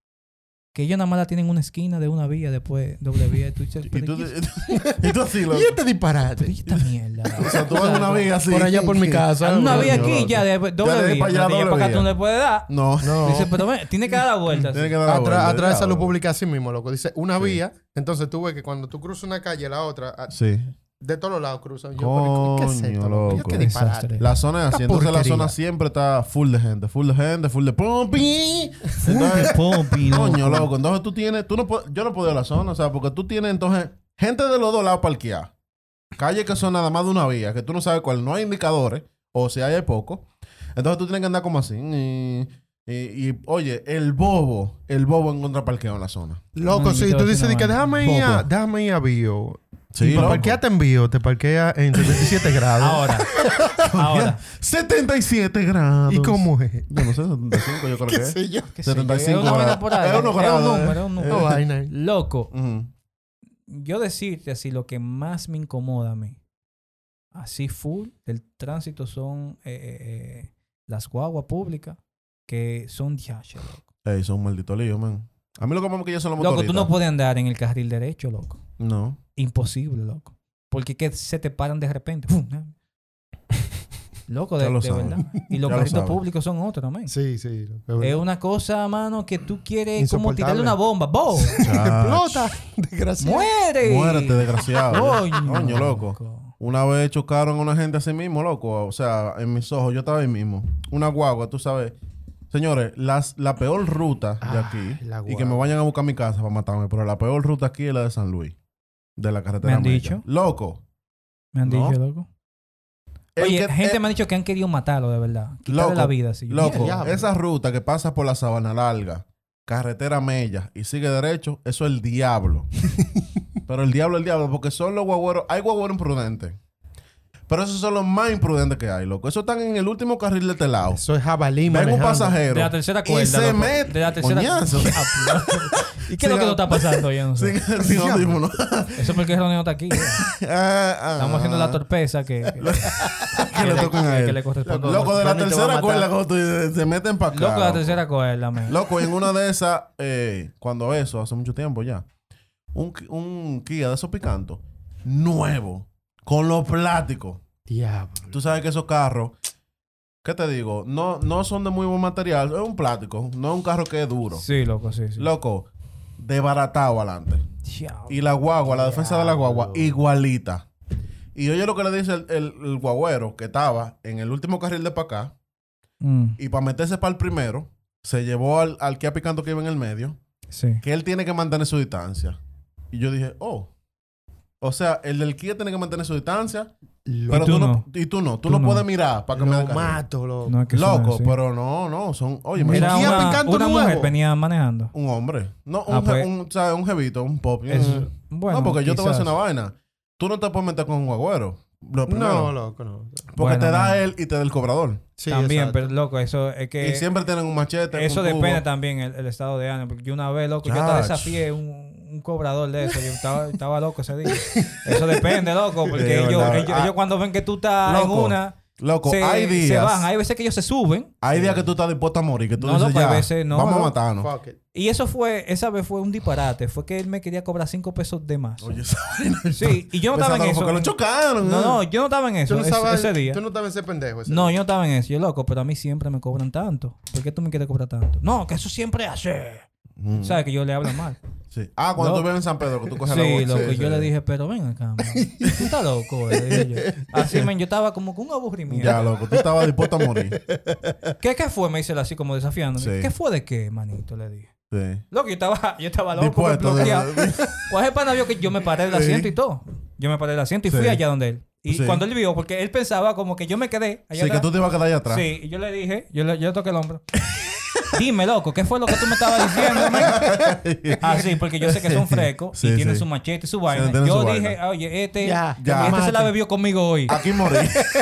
[SPEAKER 1] Que ellos nada más la tienen en una esquina de una vía, después doble vía. Y tú dices,
[SPEAKER 2] Y
[SPEAKER 1] pero
[SPEAKER 2] tú,
[SPEAKER 1] ¿y es-
[SPEAKER 2] y tú así, loco.
[SPEAKER 3] Y este
[SPEAKER 1] pero
[SPEAKER 3] disparate.
[SPEAKER 1] ¿y esta mierda?
[SPEAKER 2] O sea, tú vas en una vía así.
[SPEAKER 3] Por allá por mi casa.
[SPEAKER 1] Hay una vía
[SPEAKER 2] Coño,
[SPEAKER 1] aquí,
[SPEAKER 2] loco.
[SPEAKER 1] ya, de, doble
[SPEAKER 2] Ya de ahí
[SPEAKER 1] vía. ya de
[SPEAKER 2] para allá,
[SPEAKER 1] allá
[SPEAKER 2] doble
[SPEAKER 1] para acá
[SPEAKER 2] vía.
[SPEAKER 1] tú no le puedes dar.
[SPEAKER 2] No.
[SPEAKER 3] No.
[SPEAKER 1] Dice, pero ven, tiene que dar la vuelta. así.
[SPEAKER 2] Tiene que dar la
[SPEAKER 3] Atrás,
[SPEAKER 2] vuelta,
[SPEAKER 3] atrás
[SPEAKER 2] diablo.
[SPEAKER 3] salud pública así mismo, loco. Dice una
[SPEAKER 2] Sí.
[SPEAKER 3] vía. Entonces tú ves que cuando tú cruzas una calle, la otra, a-
[SPEAKER 2] Sí.
[SPEAKER 3] de todos los lados cruzan. Yo,
[SPEAKER 2] Coño,
[SPEAKER 3] pero, ¿qué es esto, loco? Yo,
[SPEAKER 2] loco.
[SPEAKER 3] qué
[SPEAKER 1] Qué
[SPEAKER 3] disparate.
[SPEAKER 1] desastre.
[SPEAKER 2] La zona es así.
[SPEAKER 3] Esta
[SPEAKER 2] Entonces la
[SPEAKER 3] porquería.
[SPEAKER 2] zona siempre está full de gente. Full de gente, full de pompi.
[SPEAKER 1] Uy, qué pompi, loco.
[SPEAKER 2] Coño, loco. Entonces tú tienes... Tú no po- yo no puedo ir a la zona. O sea, porque tú tienes entonces gente de los dos lados parqueada. Calles que son nada más de una vía. Que tú no sabes cuál. No hay indicadores. O si hay, hay poco. Entonces tú tienes que andar como así. Y, y- y, oye, el bobo. El bobo encuentra parqueado en la zona.
[SPEAKER 3] Loco,
[SPEAKER 1] No,
[SPEAKER 3] si
[SPEAKER 1] yo te
[SPEAKER 3] tú
[SPEAKER 1] voy a
[SPEAKER 3] dices de
[SPEAKER 1] decir
[SPEAKER 3] que
[SPEAKER 1] una
[SPEAKER 3] déjame ir, a,
[SPEAKER 2] Bobo.
[SPEAKER 3] déjame ir a Bio.
[SPEAKER 2] Sí,
[SPEAKER 3] y para
[SPEAKER 2] loco. Ah,
[SPEAKER 3] parquearte en Bio, te parqueas en 77 grados.
[SPEAKER 1] Ahora. Ahora.
[SPEAKER 2] 77 grados.
[SPEAKER 3] ¿Y cómo es?
[SPEAKER 2] Yo no sé, 75 yo creo que es.
[SPEAKER 3] yo?
[SPEAKER 1] qué sé yo,
[SPEAKER 2] 75
[SPEAKER 1] es una vaina
[SPEAKER 2] grados.
[SPEAKER 1] por ahí.
[SPEAKER 2] Es uno
[SPEAKER 1] Es un
[SPEAKER 2] grado,
[SPEAKER 1] número,
[SPEAKER 2] eh.
[SPEAKER 1] es un
[SPEAKER 3] No
[SPEAKER 1] número.
[SPEAKER 3] vaina.
[SPEAKER 1] Loco,
[SPEAKER 2] Ujú.
[SPEAKER 1] yo decirte así, lo que más me incomoda a mí, así full, del tránsito son eh, eh, eh, las guaguas públicas, que son diache, loco.
[SPEAKER 2] Ey, son un maldito lío, man. A mí lo que más me que yo son los
[SPEAKER 1] Loco, tú
[SPEAKER 2] motoristas.
[SPEAKER 1] no puedes andar en el carril derecho, loco.
[SPEAKER 2] No.
[SPEAKER 1] Imposible, loco. Porque que se te paran de repente. ¡Fum! Loco, de,
[SPEAKER 2] Ya lo
[SPEAKER 1] de
[SPEAKER 2] saben.
[SPEAKER 1] verdad. Y los
[SPEAKER 2] Ya lo
[SPEAKER 1] carritos
[SPEAKER 2] saben.
[SPEAKER 1] públicos son otros también.
[SPEAKER 3] Sí, sí. loco, es
[SPEAKER 1] Es
[SPEAKER 3] verdad.
[SPEAKER 1] una cosa, mano, que tú quieres como
[SPEAKER 3] Insoportable.
[SPEAKER 1] tirarle una bomba. ¡Bo!
[SPEAKER 2] Chach,
[SPEAKER 3] Explota. Desgraciado.
[SPEAKER 1] ¡Muere!
[SPEAKER 2] Muérete, desgraciado.
[SPEAKER 1] Coño.
[SPEAKER 2] Coño, loco. Una vez chocaron a una gente así mismo, loco. O sea, en mis ojos, yo estaba ahí mismo. Una guagua, tú sabes. Señores, las, la peor ruta de
[SPEAKER 3] Ah,
[SPEAKER 2] aquí.
[SPEAKER 3] la
[SPEAKER 2] y que
[SPEAKER 3] guagua.
[SPEAKER 2] me vayan a buscar a mi casa para matarme. Pero la peor ruta aquí es la de San Luis. De la carretera.
[SPEAKER 1] Me han
[SPEAKER 2] Mella.
[SPEAKER 1] dicho.
[SPEAKER 2] Loco.
[SPEAKER 1] Me han dicho,
[SPEAKER 2] No.
[SPEAKER 1] loco.
[SPEAKER 2] el
[SPEAKER 1] Oye,
[SPEAKER 2] que-
[SPEAKER 1] gente
[SPEAKER 2] el-
[SPEAKER 1] me ha dicho que han querido matarlo, de verdad. Quitarle
[SPEAKER 2] Loco,
[SPEAKER 1] la vida. así. Yo,
[SPEAKER 2] Loco,
[SPEAKER 1] mierda.
[SPEAKER 3] diablo.
[SPEAKER 2] esa ruta que pasa por la Sabana Larga, carretera Mella y sigue derecho, eso es el diablo. Pero el diablo, el diablo, porque son los guagüeros. Hay guagüeros imprudentes. Pero esos son los más imprudentes que hay, loco. Esos están en el último carril de este lado.
[SPEAKER 3] Eso es jabalí,
[SPEAKER 2] Ven un
[SPEAKER 3] manejando.
[SPEAKER 2] pasajero.
[SPEAKER 1] De la tercera
[SPEAKER 2] Y
[SPEAKER 1] cuerda.
[SPEAKER 2] se
[SPEAKER 1] loco.
[SPEAKER 2] mete.
[SPEAKER 1] De la tercera
[SPEAKER 2] Coñazo.
[SPEAKER 1] Diablo. ¿Y qué es lo que
[SPEAKER 2] Siga-
[SPEAKER 1] no está pasando? Yo no sé.
[SPEAKER 2] Sin, sin audífono.
[SPEAKER 1] Eso es porque Ronnie no está aquí.
[SPEAKER 2] Ah, ah.
[SPEAKER 1] Estamos haciendo la torpeza que, que-
[SPEAKER 2] Que le
[SPEAKER 1] que-
[SPEAKER 2] tocan a
[SPEAKER 1] que-
[SPEAKER 2] él.
[SPEAKER 1] que le corresponde.
[SPEAKER 2] Loco, de la
[SPEAKER 3] Ronnie te va a
[SPEAKER 2] tercera
[SPEAKER 3] matar.
[SPEAKER 2] cuerda, cuando tú- se meten para acá.
[SPEAKER 1] Loco, la
[SPEAKER 2] loco.
[SPEAKER 1] tercera cuerda, man.
[SPEAKER 2] Loco, en una de esas, eh, cuando eso, hace mucho tiempo ya, un, ki- un Kia de esos picantos, nuevo, con los plásticos.
[SPEAKER 3] Diablo.
[SPEAKER 2] Tú sabes que esos carros, ¿qué te digo? No, no son de muy buen material, es un plástico, no es un carro que es duro.
[SPEAKER 1] Sí, loco, sí, sí.
[SPEAKER 2] Loco, desbaratado adelante.
[SPEAKER 1] Diablo.
[SPEAKER 2] Y la guagua, la defensa de la guagua,
[SPEAKER 3] Diablo.
[SPEAKER 2] igualita. Y oye lo que le dice el, el, el guagüero que estaba en el último carril de para acá,
[SPEAKER 1] Mm,
[SPEAKER 2] y para meterse para el primero, se llevó al, al que picando que iba en el medio,
[SPEAKER 1] sí.
[SPEAKER 2] que él tiene que mantener su distancia. Y yo dije, oh, O sea, el del Kia tiene que mantener su distancia.
[SPEAKER 3] Lo-
[SPEAKER 2] Pero
[SPEAKER 1] tú
[SPEAKER 2] tú no.
[SPEAKER 1] no.
[SPEAKER 2] Y tú no.
[SPEAKER 1] Tú
[SPEAKER 2] Tú, no,
[SPEAKER 1] no.
[SPEAKER 2] puedes mirar para cambiar
[SPEAKER 3] lo
[SPEAKER 2] de carril.
[SPEAKER 3] mato, loco.
[SPEAKER 1] No es que suena
[SPEAKER 2] Loco,
[SPEAKER 1] así.
[SPEAKER 2] pero no, no. Son. Oye, me
[SPEAKER 1] Era
[SPEAKER 3] Kia
[SPEAKER 1] una,
[SPEAKER 3] Picanto
[SPEAKER 1] una
[SPEAKER 3] nuevo.
[SPEAKER 1] mujer venía manejando.
[SPEAKER 2] un hombre. No, un,
[SPEAKER 1] Ah,
[SPEAKER 2] je-
[SPEAKER 1] pues.
[SPEAKER 2] un, o sea, un jevito, un pop.
[SPEAKER 3] Eso-
[SPEAKER 1] Bueno,
[SPEAKER 2] Mm. no, porque yo te voy a
[SPEAKER 1] quizás.
[SPEAKER 2] hacer una vaina. Tú no te puedes meter con un guagüero. Lo
[SPEAKER 3] No,
[SPEAKER 2] primero.
[SPEAKER 3] loco, no.
[SPEAKER 2] porque
[SPEAKER 1] Bueno,
[SPEAKER 2] te da
[SPEAKER 1] no.
[SPEAKER 2] él y te da el cobrador.
[SPEAKER 3] Sí,
[SPEAKER 1] también,
[SPEAKER 3] exacto.
[SPEAKER 1] pero loco, eso es que...
[SPEAKER 2] y siempre tienen un machete.
[SPEAKER 1] Eso
[SPEAKER 2] un cubo.
[SPEAKER 1] depende también el, el estado de ánimo. Porque yo una vez, loco, yo
[SPEAKER 2] Chach.
[SPEAKER 1] estaba desafié un, un cobrador de eso. Yo estaba, estaba loco ese día. Eso depende, loco. Porque
[SPEAKER 2] De
[SPEAKER 1] ellos,
[SPEAKER 2] verdad.
[SPEAKER 1] ellos-
[SPEAKER 2] Ah.
[SPEAKER 1] ellos cuando ven que tú estás
[SPEAKER 2] Loco,
[SPEAKER 1] en una,
[SPEAKER 2] Loco,
[SPEAKER 1] se,
[SPEAKER 2] hay días.
[SPEAKER 1] se bajan. Hay veces que ellos se suben.
[SPEAKER 2] Hay días que tú estás dispuesto a morir. Que tú
[SPEAKER 1] No,
[SPEAKER 2] dices,
[SPEAKER 1] loco, hay
[SPEAKER 2] ya,
[SPEAKER 1] veces no,
[SPEAKER 2] vamos a
[SPEAKER 1] loco.
[SPEAKER 2] matarnos.
[SPEAKER 3] Fuck it.
[SPEAKER 1] Y eso fue, esa vez fue un disparate. Fue que él me quería cobrar cinco pesos de más.
[SPEAKER 2] Oye, esa vaina.
[SPEAKER 1] Sí, y yo no estaba en
[SPEAKER 2] Pensando,
[SPEAKER 1] eso.
[SPEAKER 2] Porque lo chocaron.
[SPEAKER 1] No,
[SPEAKER 2] ¿eh?
[SPEAKER 1] no, yo no estaba en
[SPEAKER 3] Tú
[SPEAKER 1] eso
[SPEAKER 3] no
[SPEAKER 1] ese-
[SPEAKER 3] estabas-
[SPEAKER 1] ese día.
[SPEAKER 3] Tú no estabas ese pendejo. ese
[SPEAKER 1] No,
[SPEAKER 3] día.
[SPEAKER 1] yo no estaba en eso. Yo loco, pero a mí siempre me cobran tanto. ¿Por qué tú me quieres cobrar tanto? No, que eso siempre hace.
[SPEAKER 2] Mm,
[SPEAKER 1] ¿Sabes que yo le hablo mal?
[SPEAKER 2] sí. Ah, cuando
[SPEAKER 1] No.
[SPEAKER 2] tú vives en San Pedro, que tú coges la
[SPEAKER 1] Sí,
[SPEAKER 2] bolsa.
[SPEAKER 1] loco.
[SPEAKER 2] Sí,
[SPEAKER 1] yo
[SPEAKER 2] sí.
[SPEAKER 1] le dije, pero ven acá, man. Tú estás loco, eh, le dije yo. Así, men, yo estaba como con un aburrimiento.
[SPEAKER 2] Ya, loco, tú estabas dispuesto a morir.
[SPEAKER 1] ¿Qué, ¿Qué fue? Me dice él así como desafiándome.
[SPEAKER 2] Sí.
[SPEAKER 1] ¿Qué fue de qué, manito? Le dije.
[SPEAKER 2] Sí.
[SPEAKER 1] Loco, yo estaba, yo estaba loco, me
[SPEAKER 2] Dispuesto.
[SPEAKER 1] bloqueado.
[SPEAKER 2] de-
[SPEAKER 1] Pues el pana vio que yo me paré del
[SPEAKER 2] Sí.
[SPEAKER 1] asiento y todo. Yo me paré del asiento y
[SPEAKER 2] Sí.
[SPEAKER 1] fui allá donde él. Y
[SPEAKER 2] Sí.
[SPEAKER 1] cuando él vio, porque él pensaba como que yo me quedé allá
[SPEAKER 2] Sí, que
[SPEAKER 1] atrás.
[SPEAKER 2] tú te ibas a quedar allá atrás.
[SPEAKER 1] Sí, y yo le dije, yo le, yo le toqué el hombro. Dime, loco, ¿qué fue lo que tú me estabas diciendo? men? Así, Ah, porque yo sé que son frescos
[SPEAKER 2] Sí,
[SPEAKER 1] y tienen
[SPEAKER 2] sí.
[SPEAKER 1] su machete y su vaina.
[SPEAKER 2] tienen
[SPEAKER 1] yo
[SPEAKER 2] su
[SPEAKER 1] dije,
[SPEAKER 2] vaina.
[SPEAKER 1] oye, este,
[SPEAKER 3] Ya,
[SPEAKER 2] ya. Ah,
[SPEAKER 1] este se la bebió conmigo hoy.
[SPEAKER 2] Aquí morí.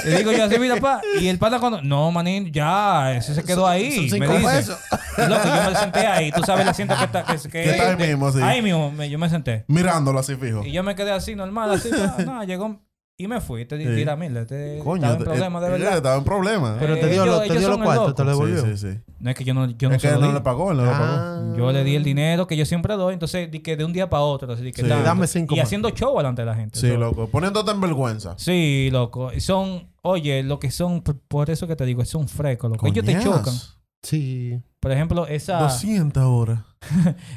[SPEAKER 1] Le digo yo así, mira, pa. Y el pana cuando, no, manín, ya, ese se quedó ahí.
[SPEAKER 2] son
[SPEAKER 1] me
[SPEAKER 2] cinco
[SPEAKER 1] dice.
[SPEAKER 2] pesos.
[SPEAKER 1] Y Loco, yo me senté ahí. Tú sabes el asiento que está, que, que-
[SPEAKER 2] Que está ahí
[SPEAKER 1] de-
[SPEAKER 2] mismo, sí.
[SPEAKER 1] Ahí mismo, me- yo me senté.
[SPEAKER 2] Mirándolo así fijo.
[SPEAKER 1] Y yo me quedé así, normal, así, nada, nada, llegó y me fui. Te dije,
[SPEAKER 2] Sí.
[SPEAKER 1] mira, mira, este
[SPEAKER 2] Coño,
[SPEAKER 1] estaba en
[SPEAKER 2] te-
[SPEAKER 1] problema, de
[SPEAKER 2] eh,
[SPEAKER 1] verdad.
[SPEAKER 2] Estaba en problema.
[SPEAKER 3] Pero te
[SPEAKER 1] Eh,
[SPEAKER 3] dio,
[SPEAKER 1] ellos-
[SPEAKER 3] lo, te
[SPEAKER 1] ellos
[SPEAKER 3] dio los
[SPEAKER 1] son el
[SPEAKER 3] cuartos,
[SPEAKER 1] loco.
[SPEAKER 3] te lo devolvió.
[SPEAKER 2] Sí, sí, sí.
[SPEAKER 1] No es que yo no, yo no
[SPEAKER 2] Es que
[SPEAKER 1] se lo
[SPEAKER 2] él no
[SPEAKER 1] di.
[SPEAKER 2] le pagó, él no le pagó.
[SPEAKER 3] Ah.
[SPEAKER 1] Yo le di el dinero que yo siempre doy, entonces di que de un día para otro, así di que
[SPEAKER 2] Sí.
[SPEAKER 1] tanto.
[SPEAKER 3] Dame cinco
[SPEAKER 1] y
[SPEAKER 3] más.
[SPEAKER 1] haciendo show delante de la gente.
[SPEAKER 2] Sí,
[SPEAKER 1] Eso-
[SPEAKER 2] loco. Poniéndote en vergüenza.
[SPEAKER 1] Sí, loco. Y Son, oye, lo que son, por, por eso que te digo, son frecos, loco. Ellos te
[SPEAKER 2] Coñas.
[SPEAKER 1] chocan.
[SPEAKER 3] Sí.
[SPEAKER 1] Por ejemplo, esa,
[SPEAKER 2] 200 horas.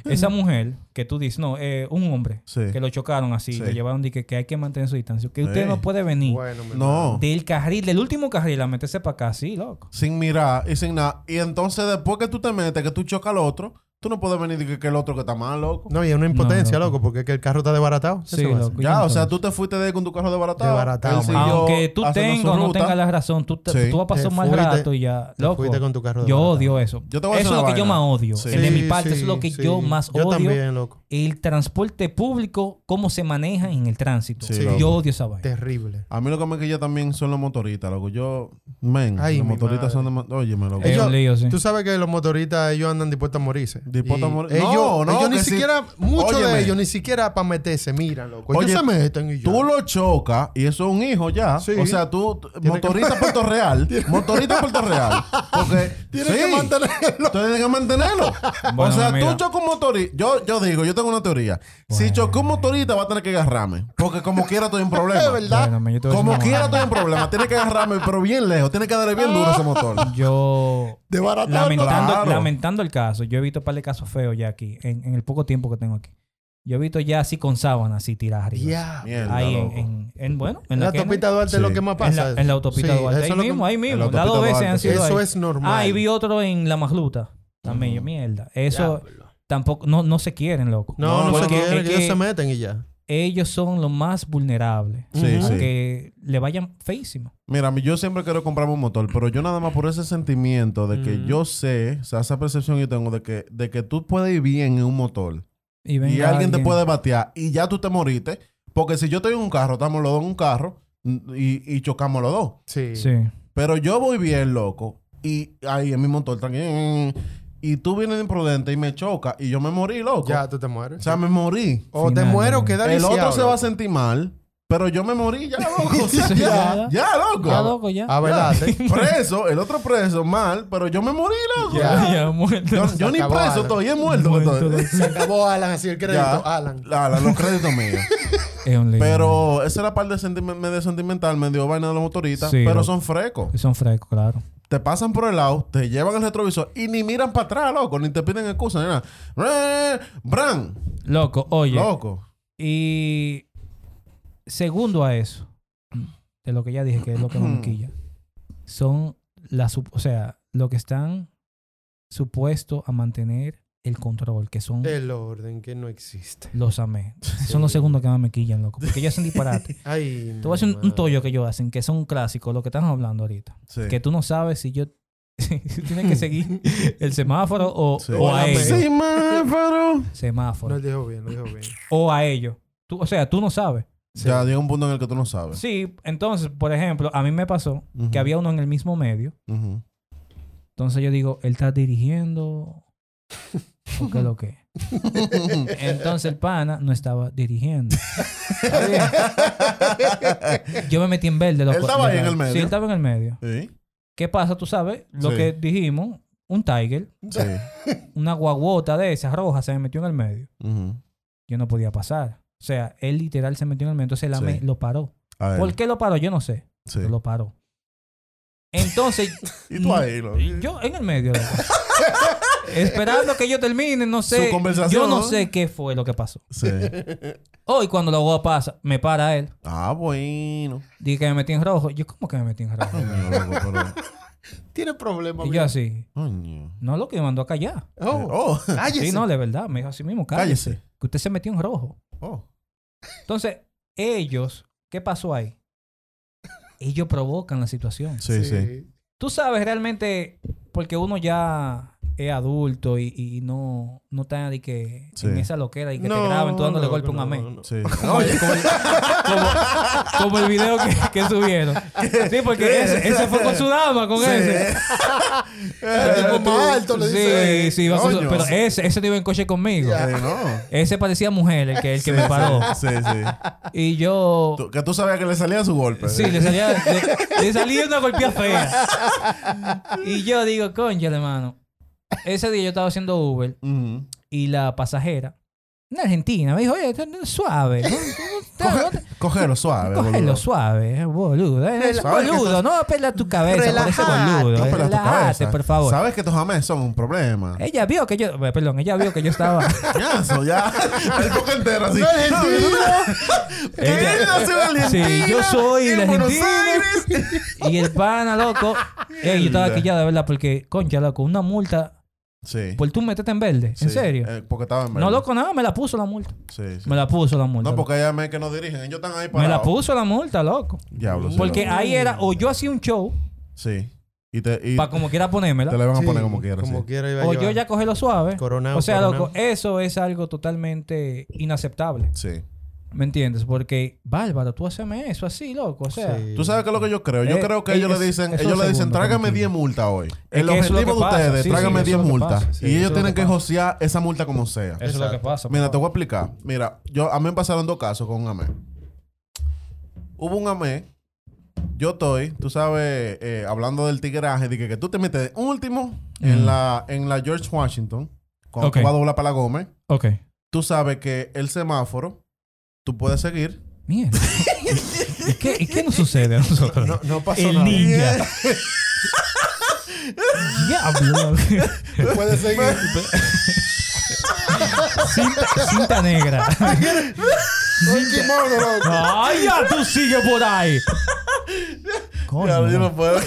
[SPEAKER 1] esa mujer que tú dices, no, eh, un hombre
[SPEAKER 2] Sí.
[SPEAKER 1] que lo chocaron así,
[SPEAKER 2] Sí.
[SPEAKER 1] lo llevaron de que, que hay que mantener su distancia, que
[SPEAKER 2] Sí.
[SPEAKER 1] usted no puede venir
[SPEAKER 3] Bueno, mi
[SPEAKER 2] No.
[SPEAKER 1] del carril, del último carril, a meterse para acá, sí, loco.
[SPEAKER 2] Sin mirar y sin nada. Y entonces, después que tú te metes, que tú chocas al otro, tú no puedes venir y que, que el otro que está mal, loco.
[SPEAKER 3] No, y es una impotencia,
[SPEAKER 1] No,
[SPEAKER 3] loco, porque es que el carro está desbaratado. ¿Qué
[SPEAKER 1] Sí,
[SPEAKER 3] se va a hacer?
[SPEAKER 1] loco.
[SPEAKER 2] Ya, o
[SPEAKER 1] Entonces.
[SPEAKER 2] sea, tú te fuiste de ahí con tu carro desbaratado.
[SPEAKER 3] Desbaratado,
[SPEAKER 2] Él
[SPEAKER 3] man.
[SPEAKER 2] siguió
[SPEAKER 1] Aunque tú
[SPEAKER 2] haciendo su
[SPEAKER 1] tengas o no
[SPEAKER 2] ruta.
[SPEAKER 1] tengas la razón, tú, te-
[SPEAKER 2] Sí.
[SPEAKER 1] tú vas a pasar
[SPEAKER 3] Te
[SPEAKER 1] un mal
[SPEAKER 3] fuiste-
[SPEAKER 1] rato y ya,
[SPEAKER 3] Te
[SPEAKER 1] loco.
[SPEAKER 3] fuiste con tu carro
[SPEAKER 1] Yo
[SPEAKER 3] desbaratado.
[SPEAKER 1] odio eso.
[SPEAKER 2] Yo te voy a
[SPEAKER 1] eso es
[SPEAKER 2] hacer
[SPEAKER 1] lo
[SPEAKER 2] una
[SPEAKER 1] que yo
[SPEAKER 2] vaina.
[SPEAKER 1] más odio.
[SPEAKER 2] Sí.
[SPEAKER 1] El de mi
[SPEAKER 3] Sí,
[SPEAKER 1] parte
[SPEAKER 3] sí,
[SPEAKER 1] es lo que
[SPEAKER 3] sí.
[SPEAKER 1] yo más
[SPEAKER 3] Yo
[SPEAKER 1] odio.
[SPEAKER 3] también, loco.
[SPEAKER 1] El transporte público, cómo se maneja en el tránsito.
[SPEAKER 2] Sí,
[SPEAKER 1] Sí,
[SPEAKER 2] loco.
[SPEAKER 1] yo odio esa vaina.
[SPEAKER 3] Terrible.
[SPEAKER 2] A mí lo que me quilla también son los motoristas, loco. Yo, men,
[SPEAKER 3] Ay,
[SPEAKER 2] los
[SPEAKER 3] mi
[SPEAKER 2] motoristas son... dema- Óyeme, loco.
[SPEAKER 1] Es
[SPEAKER 3] Ellos-
[SPEAKER 1] un lío, sí.
[SPEAKER 3] Tú sabes que los motoristas, ellos andan dispuestos a morirse.
[SPEAKER 2] Dispuestos a
[SPEAKER 3] Y
[SPEAKER 2] morir-
[SPEAKER 3] Ellos,
[SPEAKER 2] No, no,
[SPEAKER 3] ellos ni
[SPEAKER 2] que sí.
[SPEAKER 3] siquiera, muchos
[SPEAKER 2] Óyeme.
[SPEAKER 3] de ellos ni siquiera para meterse, mira, loco. Ellos
[SPEAKER 2] Oye,
[SPEAKER 3] se meten y ya.
[SPEAKER 2] Tú lo chocas y eso es un hijo ya.
[SPEAKER 3] Sí.
[SPEAKER 2] O sea, tú,
[SPEAKER 3] que-
[SPEAKER 2] motorista Puerto Real, motorista Puerto Real. Porque
[SPEAKER 3] Tienes
[SPEAKER 2] sí,
[SPEAKER 3] que mantenerlo.
[SPEAKER 2] Tú tienes que mantenerlo. o
[SPEAKER 1] Bueno,
[SPEAKER 2] sea,
[SPEAKER 1] mira.
[SPEAKER 2] tú chocas un motorista. Yo, yo digo, yo tengo una teoría. Si chocó un motorista, va a tener que agarrarme. Porque como quiera, estoy en problema.
[SPEAKER 3] Es verdad.
[SPEAKER 1] Bueno, men, yo te voy a decir
[SPEAKER 2] Como
[SPEAKER 1] una
[SPEAKER 2] quiera,
[SPEAKER 1] vaina.
[SPEAKER 2] estoy en problema. Tienes que agarrarme, pero bien lejos. Tienes que darle bien duro a ese motor.
[SPEAKER 1] Yo. lamentando,
[SPEAKER 2] Claro.
[SPEAKER 1] lamentando el caso. Yo he visto un par de casos feos ya aquí, en, en el poco tiempo que tengo aquí. Yo he visto ya así con sábanas así tirar arriba.
[SPEAKER 3] Ya.
[SPEAKER 2] Mierda,
[SPEAKER 1] Ahí en,
[SPEAKER 2] loco.
[SPEAKER 1] en- en- bueno, en
[SPEAKER 3] En
[SPEAKER 1] la,
[SPEAKER 3] la
[SPEAKER 1] Kennedy.
[SPEAKER 3] autopista Duarte
[SPEAKER 2] Sí.
[SPEAKER 3] es lo que más
[SPEAKER 1] En
[SPEAKER 3] pasa.
[SPEAKER 1] la, en la autopista
[SPEAKER 3] Sí,
[SPEAKER 1] Duarte.
[SPEAKER 3] eso
[SPEAKER 1] Ahí
[SPEAKER 3] es lo que-
[SPEAKER 1] mismo, ahí mismo.
[SPEAKER 2] la
[SPEAKER 1] Las dos
[SPEAKER 2] autopista
[SPEAKER 1] veces
[SPEAKER 2] Duarte.
[SPEAKER 1] han sido
[SPEAKER 3] Eso
[SPEAKER 1] ahí.
[SPEAKER 3] es normal. Mm.
[SPEAKER 1] Ah, y vi otro en La Majluta. También, yo, mierda. Eso tampoco, no, no se quieren, loco.
[SPEAKER 3] No, no,
[SPEAKER 1] Porque
[SPEAKER 3] se quieren,
[SPEAKER 1] es
[SPEAKER 3] ellos
[SPEAKER 1] que
[SPEAKER 3] se meten y ya.
[SPEAKER 1] ellos son los más vulnerables.
[SPEAKER 2] Sí,
[SPEAKER 1] a
[SPEAKER 2] sí.
[SPEAKER 1] Que le vayan feísimo.
[SPEAKER 2] Mira, mi- yo siempre quiero comprarme un motor, pero yo nada más por ese sentimiento de que
[SPEAKER 3] Ujú.
[SPEAKER 2] yo sé, o sea, esa percepción yo tengo de que, de que tú puedes ir bien en un motor
[SPEAKER 1] Y, venga
[SPEAKER 2] y alguien, te puede batear y ya tú te moriste, porque si yo estoy en un carro, estamos los dos en un carro mm, y, y chocamos los dos.
[SPEAKER 3] Sí.
[SPEAKER 1] Sí.
[SPEAKER 2] Pero yo voy bien, loco, y ahí en mi motor tranquilo. Y tú vienes de imprudente y me choca y yo me morí, loco.
[SPEAKER 3] Ya tú te mueres.
[SPEAKER 2] O sea, me morí.
[SPEAKER 3] o te
[SPEAKER 1] Final,
[SPEAKER 3] muero,
[SPEAKER 1] loco.
[SPEAKER 3] queda
[SPEAKER 2] El otro
[SPEAKER 3] lisiado,
[SPEAKER 2] se va a
[SPEAKER 3] loco.
[SPEAKER 2] sentir mal, pero yo me morí ya, loco. O sea,
[SPEAKER 1] Sí,
[SPEAKER 2] ya,
[SPEAKER 1] ya.
[SPEAKER 2] ya, loco.
[SPEAKER 1] Ya, Ah, loco, ya.
[SPEAKER 3] A verdad. ¿eh?
[SPEAKER 2] Ah, preso, el otro preso, mal, pero yo me morí, loco.
[SPEAKER 3] Ya.
[SPEAKER 1] Ya, muerto.
[SPEAKER 2] Yo, yo ni
[SPEAKER 3] acabó,
[SPEAKER 2] preso,
[SPEAKER 3] Alan.
[SPEAKER 2] todavía he muerto.
[SPEAKER 1] Muerto,
[SPEAKER 2] entonces.
[SPEAKER 1] loco.
[SPEAKER 3] Se acabó Alan, así el crédito.
[SPEAKER 2] Ya.
[SPEAKER 3] Alan.
[SPEAKER 2] La- la- los créditos míos.
[SPEAKER 1] Es un lío.
[SPEAKER 2] Pero esa es la parte sentime- medio sentimental, medio vaina de los motoristas,
[SPEAKER 1] Sí,
[SPEAKER 2] pero
[SPEAKER 1] loco.
[SPEAKER 2] son frecos.
[SPEAKER 1] Son frescos, claro.
[SPEAKER 2] Te pasan por el lado, te llevan el retrovisor y ni miran para atrás, loco, ni te piden excusa, ni nada. Re- Bran,
[SPEAKER 1] Loco, oye.
[SPEAKER 2] loco.
[SPEAKER 1] Y segundo a eso, de lo que ya dije, que es lo que más me quilla, son las, sup- o sea, lo que están supuestos a mantener el control, que son...
[SPEAKER 3] El orden que no existe.
[SPEAKER 1] Los amé. Son los
[SPEAKER 3] Eh. Sí.
[SPEAKER 1] segundos que más me quillan, loco. Porque ellos hacen disparate.
[SPEAKER 3] Ay,
[SPEAKER 1] Te voy a hacer un, un
[SPEAKER 3] mamá.
[SPEAKER 1] tollo que ellos hacen, que es un clásico, lo que estamos hablando ahorita.
[SPEAKER 2] Sí.
[SPEAKER 1] Que tú no sabes si yo... si tienes que seguir el semáforo o,
[SPEAKER 2] Sí.
[SPEAKER 1] o a
[SPEAKER 3] Hola,
[SPEAKER 1] ellos.
[SPEAKER 3] Sí,
[SPEAKER 1] Semáforo.
[SPEAKER 3] No dijo bien, no dijo bien.
[SPEAKER 1] O a ellos. Tú, o sea, tú no sabes.
[SPEAKER 2] Ya llega un punto en el que tú no sabes.
[SPEAKER 1] Sí, entonces, por ejemplo, a mí me pasó
[SPEAKER 2] Pues. Ujú.
[SPEAKER 1] que había uno en el mismo medio.
[SPEAKER 2] Ujú.
[SPEAKER 1] Entonces yo digo, él está dirigiendo. ¿O qué lo que? Entonces el pana no estaba dirigiendo. Está bien. Yo me metí en verde. loco.
[SPEAKER 2] Él estaba ahí en el medio.
[SPEAKER 1] Sí, él estaba en el medio.
[SPEAKER 2] Sí.
[SPEAKER 1] ¿Qué pasa? Tú sabes lo
[SPEAKER 2] Sí.
[SPEAKER 1] que dijimos. Un tiger,
[SPEAKER 2] Sí.
[SPEAKER 1] una guaguota de esas rojas se me metió en el medio.
[SPEAKER 2] Ujú.
[SPEAKER 1] Yo no podía pasar. O sea, él literal se metió en el medio. Entonces la
[SPEAKER 2] Sí.
[SPEAKER 1] me- lo paró.
[SPEAKER 2] A ver.
[SPEAKER 1] ¿Por qué lo paró? Yo no sé.
[SPEAKER 2] Sí.
[SPEAKER 1] Pero lo paró. Entonces,
[SPEAKER 2] Y tú ahí, loco.
[SPEAKER 1] yo en el medio. loco. Esperando que yo termine, no sé.
[SPEAKER 2] Su conversación,
[SPEAKER 1] Yo no
[SPEAKER 2] ¿no?
[SPEAKER 1] sé qué fue lo que pasó.
[SPEAKER 2] Sí.
[SPEAKER 1] Hoy cuando la boda pasa, me para él.
[SPEAKER 2] Ah, bueno.
[SPEAKER 1] Dije que me metí en rojo. Yo, ¿cómo que me metí en rojo?
[SPEAKER 2] Coño, loco, pero-
[SPEAKER 3] Tiene problemas.
[SPEAKER 1] Y yo así.
[SPEAKER 2] Coño.
[SPEAKER 1] No, lo que me mandó a callar.
[SPEAKER 3] Oh,
[SPEAKER 2] Oh.
[SPEAKER 3] cállese.
[SPEAKER 1] Sí, no, de verdad. Me dijo así mismo, cállese.
[SPEAKER 2] Cállese.
[SPEAKER 1] Que usted se metió en rojo.
[SPEAKER 2] Oh.
[SPEAKER 1] Entonces, ellos, ¿qué pasó ahí? Ellos provocan la situación.
[SPEAKER 2] Sí, sí.
[SPEAKER 1] Tú sabes realmente, porque uno ya es adulto y, y no, no está de que
[SPEAKER 2] Sí.
[SPEAKER 1] en esa loquera y que te graben tú dándole
[SPEAKER 3] no,
[SPEAKER 1] golpe a un
[SPEAKER 3] no,
[SPEAKER 1] amén.
[SPEAKER 3] no.
[SPEAKER 2] Sí.
[SPEAKER 1] Oye, como, el- como- como el video que, que subieron. Sí, porque ese, ese fue con su dama, con
[SPEAKER 2] Sí. Eh,
[SPEAKER 1] ese.
[SPEAKER 4] El tipo más alto le dice.
[SPEAKER 1] Sí, sí, va con su-
[SPEAKER 2] coño.
[SPEAKER 1] pero ese, ese no iba en coche conmigo.
[SPEAKER 2] Sí, no.
[SPEAKER 1] Ese parecía mujer, el que, el que
[SPEAKER 2] Sí,
[SPEAKER 1] me paró.
[SPEAKER 2] Sí, sí. sí.
[SPEAKER 1] Y yo...
[SPEAKER 2] Tú- que tú sabías que le salía su golpe.
[SPEAKER 1] Sí, le salía, le, le salía una golpea fea. Y yo digo, coño, hermano. Ese día yo estaba haciendo Uber
[SPEAKER 2] Ujú.
[SPEAKER 1] y la pasajera, una argentina, me dijo, oye, esto no es suave. No, no, no, no,
[SPEAKER 2] Cógelo suave.
[SPEAKER 1] Cógelo
[SPEAKER 2] boludo.
[SPEAKER 1] suave, eh, boludo. Eres
[SPEAKER 2] Suave que
[SPEAKER 1] boludo, no apelas tu cabeza por ese
[SPEAKER 3] Relajate.
[SPEAKER 1] boludo.
[SPEAKER 2] No
[SPEAKER 1] eh,
[SPEAKER 2] pelas tu
[SPEAKER 1] Relájate,
[SPEAKER 2] cabeza.
[SPEAKER 1] por favor.
[SPEAKER 2] Sabes que tus amés son un problema.
[SPEAKER 1] Ella vio que yo, eh, perdón, ella vio que yo estaba.
[SPEAKER 2] Coñazo, ya. El poco entero así.
[SPEAKER 3] No, Argentina.
[SPEAKER 1] Ella-
[SPEAKER 2] Él nació en Argentina,
[SPEAKER 1] Sí, yo soy
[SPEAKER 2] en
[SPEAKER 1] de
[SPEAKER 2] Buenos
[SPEAKER 1] Argentina. Y el pana, loco. Ey, yo estaba aquí ya, de verdad, porque, concha, loco, una multa
[SPEAKER 2] Sí.
[SPEAKER 1] por Pues tú meterte en verde. ¿En
[SPEAKER 2] sí.
[SPEAKER 1] serio?
[SPEAKER 2] Eh, porque estaba en
[SPEAKER 1] No,
[SPEAKER 2] verde.
[SPEAKER 1] loco, nada, me la puso la multa.
[SPEAKER 2] Sí, sí.
[SPEAKER 1] Me la puso la multa.
[SPEAKER 2] No,
[SPEAKER 1] loco.
[SPEAKER 2] porque hay amés que no dirigen. Ellos están ahí
[SPEAKER 1] me
[SPEAKER 2] parados.
[SPEAKER 1] la puso la multa, loco.
[SPEAKER 2] Diablo, sí,
[SPEAKER 1] Porque
[SPEAKER 2] loco.
[SPEAKER 1] ahí era, o yo hacía un show,
[SPEAKER 2] Sí. Y te, y
[SPEAKER 1] para como quiera ponérmela.
[SPEAKER 2] te la van a
[SPEAKER 3] Sí,
[SPEAKER 2] poner como quieras.
[SPEAKER 3] Como
[SPEAKER 2] sí.
[SPEAKER 3] quiera iba a
[SPEAKER 1] O yo
[SPEAKER 3] llevar.
[SPEAKER 1] ya cogí lo suave.
[SPEAKER 3] Coronado,
[SPEAKER 1] o sea, loco, eh,
[SPEAKER 3] coronado.
[SPEAKER 1] eso es algo totalmente inaceptable.
[SPEAKER 2] Sí.
[SPEAKER 1] ¿Me entiendes? Porque, bárbaro, tú haceme eso así, loco. O sea,
[SPEAKER 3] Sí.
[SPEAKER 2] Tú sabes qué es lo que yo creo. Yo
[SPEAKER 1] Eh,
[SPEAKER 2] creo que
[SPEAKER 1] eh,
[SPEAKER 2] ellos
[SPEAKER 1] es-
[SPEAKER 2] le dicen,
[SPEAKER 1] eso
[SPEAKER 2] ellos le dicen,
[SPEAKER 1] segundo,
[SPEAKER 2] trágame
[SPEAKER 1] tranquilo.
[SPEAKER 2] 10 multas hoy.
[SPEAKER 1] Es
[SPEAKER 2] El
[SPEAKER 1] que eso es lo
[SPEAKER 2] objetivo de
[SPEAKER 1] que pasa. Sí,
[SPEAKER 2] ustedes,
[SPEAKER 1] sí,
[SPEAKER 2] trágame
[SPEAKER 1] eso es
[SPEAKER 2] 10
[SPEAKER 1] lo que pasa.
[SPEAKER 2] multas.
[SPEAKER 1] Sí,
[SPEAKER 2] Y
[SPEAKER 1] eso es
[SPEAKER 2] ellos
[SPEAKER 1] lo
[SPEAKER 2] tienen
[SPEAKER 1] que
[SPEAKER 2] que
[SPEAKER 1] pasa.
[SPEAKER 2] josear esa multa como sea.
[SPEAKER 1] eso es lo que pasa.
[SPEAKER 2] Mira, te
[SPEAKER 1] papá.
[SPEAKER 2] voy a explicar. Mira, yo a mí me pasaron dos casos con un amé. Hubo un amé. Yo estoy, tú sabes, eh, hablando del tigraje, de que, que tú te metes de último en,
[SPEAKER 1] Mm.
[SPEAKER 2] la, en la George Washington, cuando
[SPEAKER 1] Ok.
[SPEAKER 2] tú vas a doblar para la Gómez.
[SPEAKER 1] Ok.
[SPEAKER 2] Tú sabes que el semáforo, tú puedes seguir.
[SPEAKER 1] Mierda. ¿Y, qué, y qué nos sucede a nosotros?
[SPEAKER 3] No, no pasó
[SPEAKER 1] El
[SPEAKER 3] nada.
[SPEAKER 1] ninja. Diablo.
[SPEAKER 4] Puede seguir.
[SPEAKER 1] cinta, cinta negra.
[SPEAKER 4] Un kimono, loco.
[SPEAKER 1] ¡Ay, ya tú sigue por ahí! Coño.
[SPEAKER 2] Diablo, yo no puedo.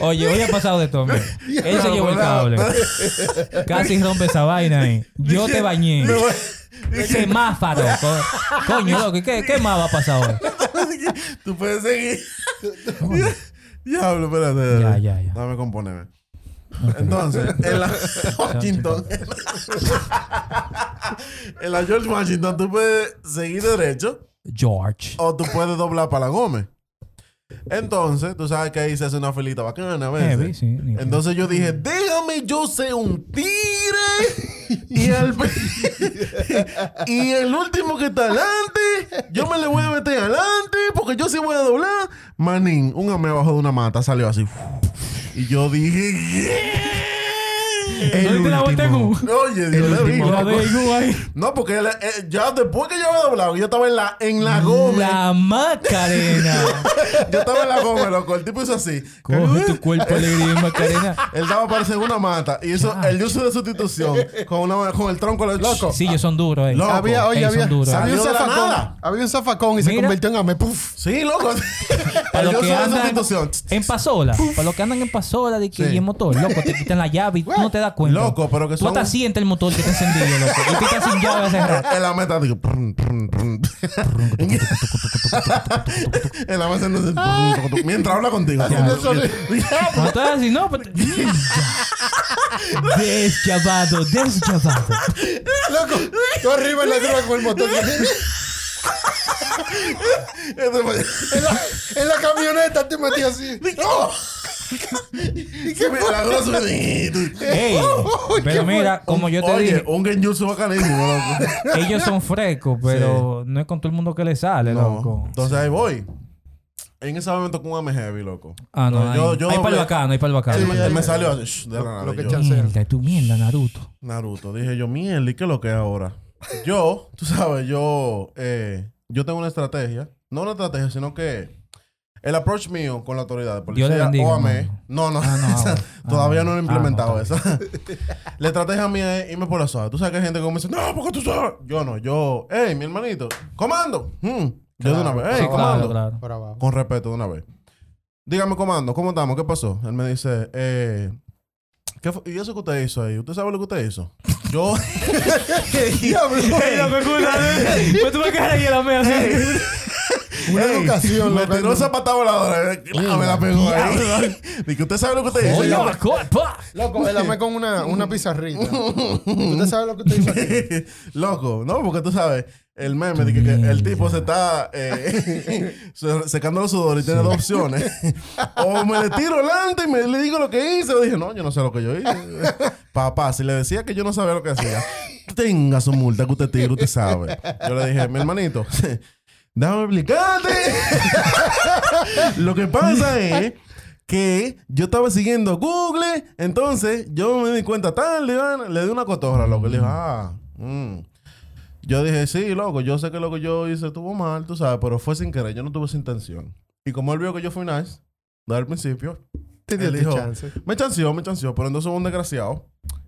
[SPEAKER 1] Oye, hoy ha pasado de todo. mira. Él se
[SPEAKER 2] No,
[SPEAKER 1] llevó el
[SPEAKER 2] no,
[SPEAKER 1] cable. Casi rompe esa vaina ahí. Yo te bañé.
[SPEAKER 2] Me voy-
[SPEAKER 1] Semáforo. co- Coño, loco. ¿y ¿Qué, qué más va a pasar hoy?
[SPEAKER 2] Tú puedes seguir. Diablo, espérate. espérate.
[SPEAKER 1] Ya, ya, ya.
[SPEAKER 2] Dame componerme. Entonces, en la Washington. en la George Washington, tú puedes seguir derecho
[SPEAKER 1] George.
[SPEAKER 2] o tú puedes doblar para la Gómez. Entonces, tú sabes que ahí se hace una filita bacana a veces.
[SPEAKER 1] Heavy, sí, nítido.
[SPEAKER 2] Entonces yo dije, déjame yo ser un tigre. Y el, y el último que está adelante, yo me le voy a meter adelante porque yo sí voy a doblar. Manín, un hombre abajo de una mata salió así. Y yo dije, "Yeah".
[SPEAKER 1] ¿No viste la vuelta en U?
[SPEAKER 2] Oye, Dios le digo,
[SPEAKER 1] La
[SPEAKER 2] loco.
[SPEAKER 1] de Igu ahí.
[SPEAKER 2] No, porque él- eh, ya después que yo había doblado, yo estaba en la, en la Gómez.
[SPEAKER 1] La Macarena.
[SPEAKER 2] Yo estaba en la Gómez, loco. El tipo hizo así.
[SPEAKER 1] Coge tu cuerpo alegría y Macarena.
[SPEAKER 2] Él daba para segunda mata y hizo
[SPEAKER 1] Ya.
[SPEAKER 2] el uso de sustitución con, una- con el tronco loco.
[SPEAKER 1] Sí, ellos son duros ahí.
[SPEAKER 2] Loco.
[SPEAKER 3] Había, oye,
[SPEAKER 1] Ellos son
[SPEAKER 3] había,
[SPEAKER 1] duros.
[SPEAKER 3] había un
[SPEAKER 2] Salió de la
[SPEAKER 3] zafacón.
[SPEAKER 2] nada.
[SPEAKER 3] Había un zafacón y se
[SPEAKER 1] Mira.
[SPEAKER 3] convirtió en ame. Puf.
[SPEAKER 2] Sí, loco.
[SPEAKER 1] Para
[SPEAKER 2] el
[SPEAKER 1] los que
[SPEAKER 2] uso de
[SPEAKER 1] andan
[SPEAKER 2] sustitución.
[SPEAKER 1] en pasola, para los que andan en pasola de que
[SPEAKER 2] Sí.
[SPEAKER 1] y en motor, loco, te quitan la llave y tú no te te das cuenta.
[SPEAKER 2] Loco, pero que
[SPEAKER 1] Tú
[SPEAKER 2] son-
[SPEAKER 1] hasta sientes el motor que te encendido, loco. Y tú estás sin llave hace rato.
[SPEAKER 2] En la meta digo. prrn, prrn, prrn. En la mesa no se- Mientras habla contigo.
[SPEAKER 1] Cuando tú estás así, no, pues, pero... Deschavado, deschavado.
[SPEAKER 4] Loco, tú arriba en la grúa con el motor. en, la, en la camioneta te metí así.
[SPEAKER 2] Y que me la grosa-
[SPEAKER 1] Ey, pero mira, como yo te
[SPEAKER 2] Oye,
[SPEAKER 1] dije,
[SPEAKER 2] un genjutsu bacanísimo, loco.
[SPEAKER 1] ellos son frescos, pero no es con todo el mundo que les sale,
[SPEAKER 2] No.
[SPEAKER 1] loco.
[SPEAKER 2] Entonces ahí voy. En ese momento con un AM Heavy, loco.
[SPEAKER 1] Ah, no,
[SPEAKER 2] Yo-
[SPEAKER 1] hay,
[SPEAKER 2] yo
[SPEAKER 1] hay
[SPEAKER 2] doble-
[SPEAKER 1] para el bacano, hay para el bacano.
[SPEAKER 2] Él, me- él
[SPEAKER 3] ahí-
[SPEAKER 2] me salió así, shh, de la
[SPEAKER 3] Lo-
[SPEAKER 2] nada.
[SPEAKER 3] lo que
[SPEAKER 2] Yo,
[SPEAKER 3] chance-
[SPEAKER 1] Mierda, y tú mierda, Naruto.
[SPEAKER 2] Naruto. Dije yo, mierda, ¿y qué es lo que es ahora? Yo, tú sabes, yo, eh, yo tengo una estrategia. No una estrategia, sino que el approach mío con la autoridad de policía
[SPEAKER 1] Dios le bendiga,
[SPEAKER 2] o AME.
[SPEAKER 1] mano.
[SPEAKER 2] No, no,
[SPEAKER 1] Ah, no,
[SPEAKER 2] esa-
[SPEAKER 1] ah, bueno.
[SPEAKER 2] todavía no lo he
[SPEAKER 1] Ah, no,
[SPEAKER 2] implementado
[SPEAKER 1] está
[SPEAKER 2] esa. la estrategia mía es irme por la suave. Tú sabes que hay gente que me dice, no, porque tú sabes. Yo no, yo, hey, mi hermanito, comando. Hmm. Yo de una vez, hey,
[SPEAKER 3] claro,
[SPEAKER 2] comando.
[SPEAKER 1] claro.
[SPEAKER 3] Por abajo.
[SPEAKER 2] Con respeto, de una vez. Dígame, comando, ¿cómo estamos? ¿Qué pasó? Él me dice, eh, ¿qué fue? ¿y eso que usted hizo ahí? ¿Usted sabe lo que usted hizo? Yo...
[SPEAKER 1] Ey, loco, escucha, Pero tú me quedas ahí en la mesa. así.
[SPEAKER 4] Una
[SPEAKER 2] Ey,
[SPEAKER 4] educación,
[SPEAKER 2] Me
[SPEAKER 4] loco.
[SPEAKER 2] tiró esa pata voladora. eh, Me la pegó ahí. Dije, ¿usted sabe lo que usted hizo?
[SPEAKER 1] Oye,
[SPEAKER 2] Yo-
[SPEAKER 1] la co- pa.
[SPEAKER 4] Loco, el amé con una, una pizarrita. ¿Usted sabe lo que usted hizo aquí?
[SPEAKER 2] Loco, no, porque tú sabes, el meme de que, que el tipo se está eh, se- secando los sudores y tiene dos opciones. O me le tiro adelante y me le digo lo que hice. O dije, no, yo no sé lo que yo hice. Papá, si le decía que yo no sabía lo que hacía, tenga su multa que usted tira, usted sabe. Yo le dije, mi hermanito, déjame explicarte. lo que pasa es que yo estaba siguiendo Google, entonces yo me di cuenta tarde, Iván, le di una cotorra, loco. Le dije, ah, mm. Yo dije, sí, loco, yo sé que lo que yo hice estuvo mal, tú sabes, pero fue sin querer, yo no tuve esa intención. Y como él vio que yo fui nice, desde el principio,
[SPEAKER 3] Te
[SPEAKER 2] él
[SPEAKER 3] dio
[SPEAKER 2] dijo,
[SPEAKER 3] chance.
[SPEAKER 2] me chanceó, me chanceó, pero entonces hubo un desgraciado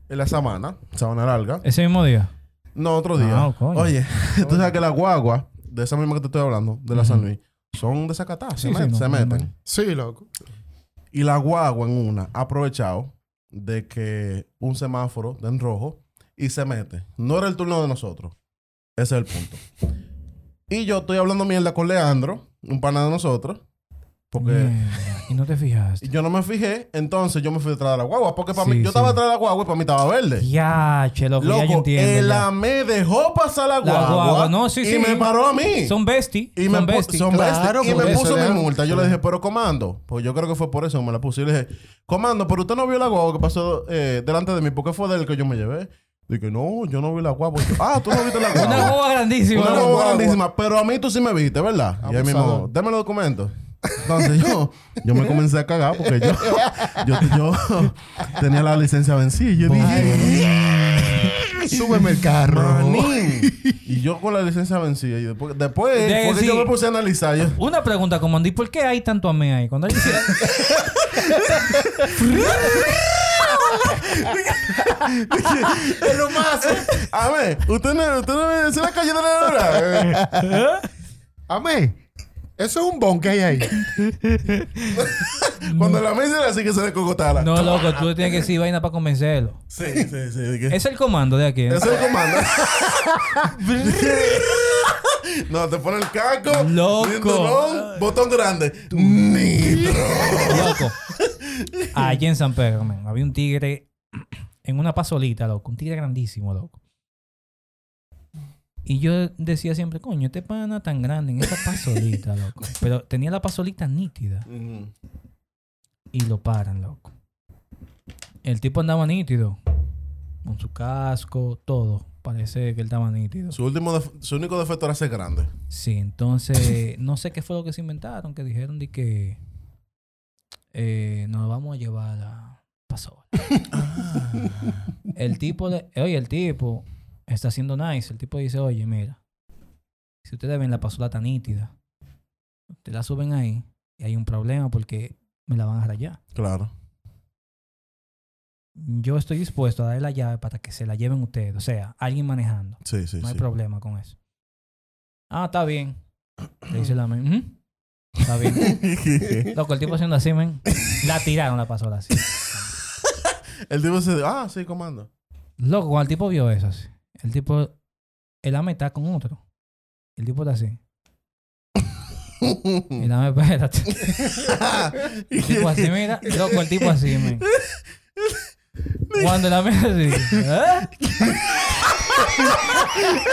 [SPEAKER 2] en la sabana, sabana larga.
[SPEAKER 1] Ese mismo día.
[SPEAKER 2] No, otro día.
[SPEAKER 1] Ah, coño.
[SPEAKER 2] Oye, tú sabes que la guagua, de esa misma que te estoy hablando, de la San Luis, son desacatadas,
[SPEAKER 1] Sí,
[SPEAKER 2] se,
[SPEAKER 1] sí,
[SPEAKER 2] met-
[SPEAKER 1] no,
[SPEAKER 2] se
[SPEAKER 1] no,
[SPEAKER 2] meten.
[SPEAKER 1] no.
[SPEAKER 3] Sí, loco.
[SPEAKER 2] Y la guagua en una ha aprovechado de que un semáforo está en rojo y se mete. No era el turno de nosotros. Ese es el punto. Y yo estoy hablando mierda con Leandro, un pana de nosotros, porque
[SPEAKER 1] Mierda, Y no te fijaste.
[SPEAKER 2] y yo no me fijé, entonces yo me fui detrás de la guagua, porque para
[SPEAKER 1] Sí,
[SPEAKER 2] mí, yo
[SPEAKER 1] sí.
[SPEAKER 2] estaba detrás de la guagua y para mí estaba verde.
[SPEAKER 1] Ya, che, loco, ya yo
[SPEAKER 2] Loco,
[SPEAKER 1] entiendo.
[SPEAKER 2] el
[SPEAKER 1] ya.
[SPEAKER 2] AME dejó pasar la guagua,
[SPEAKER 1] guagua, no, sí,
[SPEAKER 2] y
[SPEAKER 1] sí.
[SPEAKER 2] me paró a mí.
[SPEAKER 1] Son besties.
[SPEAKER 2] Y me
[SPEAKER 1] son
[SPEAKER 2] pu-
[SPEAKER 1] besties.
[SPEAKER 2] son
[SPEAKER 3] Claro,
[SPEAKER 2] besties. y
[SPEAKER 3] porque
[SPEAKER 2] me
[SPEAKER 3] eso
[SPEAKER 2] puso
[SPEAKER 3] le
[SPEAKER 2] mi
[SPEAKER 3] dan-
[SPEAKER 2] multa. Yo le dije, pero comando. Pues yo creo que fue por eso que me la puse. Y le dije, comando, pero usted no vio la guagua que pasó eh, delante de mí. ¿Por qué fue del que yo me llevé? Dije, no, yo no vi la guagua. Yo, ah, tú no viste la
[SPEAKER 1] Una
[SPEAKER 2] guagua.
[SPEAKER 1] boba grandísima.
[SPEAKER 2] Una
[SPEAKER 1] loco.
[SPEAKER 2] guagua grandísima. Pero a mí tú sí me viste, ¿verdad? Y ahí mismo,
[SPEAKER 3] Abusador.
[SPEAKER 2] dame los documentos. Entonces yo, yo me comencé a cagar porque yo, yo, yo tenía la licencia vencida. Y yo dije,
[SPEAKER 3] Súbeme el carro.
[SPEAKER 2] manín. Y yo con la licencia vencida. Y después, después
[SPEAKER 1] De-
[SPEAKER 2] porque
[SPEAKER 1] sí.
[SPEAKER 2] yo me puse a analizar. Yo,
[SPEAKER 1] Una pregunta, comandante. ¿Y por qué hay tanto amé ahí? Cuando alguien dice-
[SPEAKER 4] Es lo más. ¿eh?
[SPEAKER 2] A ver, usted no, usted no se la cayó de la hora.
[SPEAKER 3] Amé. Eso es un bon que hay ahí.
[SPEAKER 2] Cuando la mesa era así que se le cocotara.
[SPEAKER 1] No, loco, tú tienes que decir vaina para convencerlo.
[SPEAKER 2] Sí, sí, sí. de que-
[SPEAKER 1] Es el comando de aquí. ¿eh?
[SPEAKER 2] Ese es el comando. no, te pone el caco.
[SPEAKER 1] Loco.
[SPEAKER 2] cinturón, botón grande. Nitro.
[SPEAKER 1] Loco. Allá en San Pedro, man, había un tigre en una pasolita, loco. Un tigre grandísimo, loco. Y yo decía siempre, coño, este pana tan grande en esa pasolita, loco. Pero tenía la pasolita nítida. Y lo paran, loco. El tipo andaba nítido. Con su casco, todo. Parece que él estaba nítido.
[SPEAKER 2] Su, último def- su único defecto era ser grande.
[SPEAKER 1] Sí, entonces, no sé qué fue lo que se inventaron, que dijeron de que eh, nos vamos a llevar a Pasola. el tipo, le- oye, el tipo está haciendo nice. El tipo dice, oye, mira, si ustedes ven la Pasola tan nítida, ustedes la suben ahí y hay un problema porque me la van a rayar.
[SPEAKER 2] Claro.
[SPEAKER 1] Yo estoy dispuesto a darle la llave para que se la lleven ustedes, o sea, alguien manejando.
[SPEAKER 2] Sí, sí,
[SPEAKER 1] No hay
[SPEAKER 2] sí.
[SPEAKER 1] problema con eso. Ah, está bien. Le dice la men. "Ujú, Está bien. Loco, el tipo haciendo así, men. La tiraron la pasola así.
[SPEAKER 2] El tipo se ah, sí, comando.
[SPEAKER 1] Loco, cuando el tipo vio eso, así, el tipo, el AME está con otro. El tipo está así. El AME, espérate. El tipo pues así, mira. Loco, el tipo así, men. Cuando el AME así. ¿eh?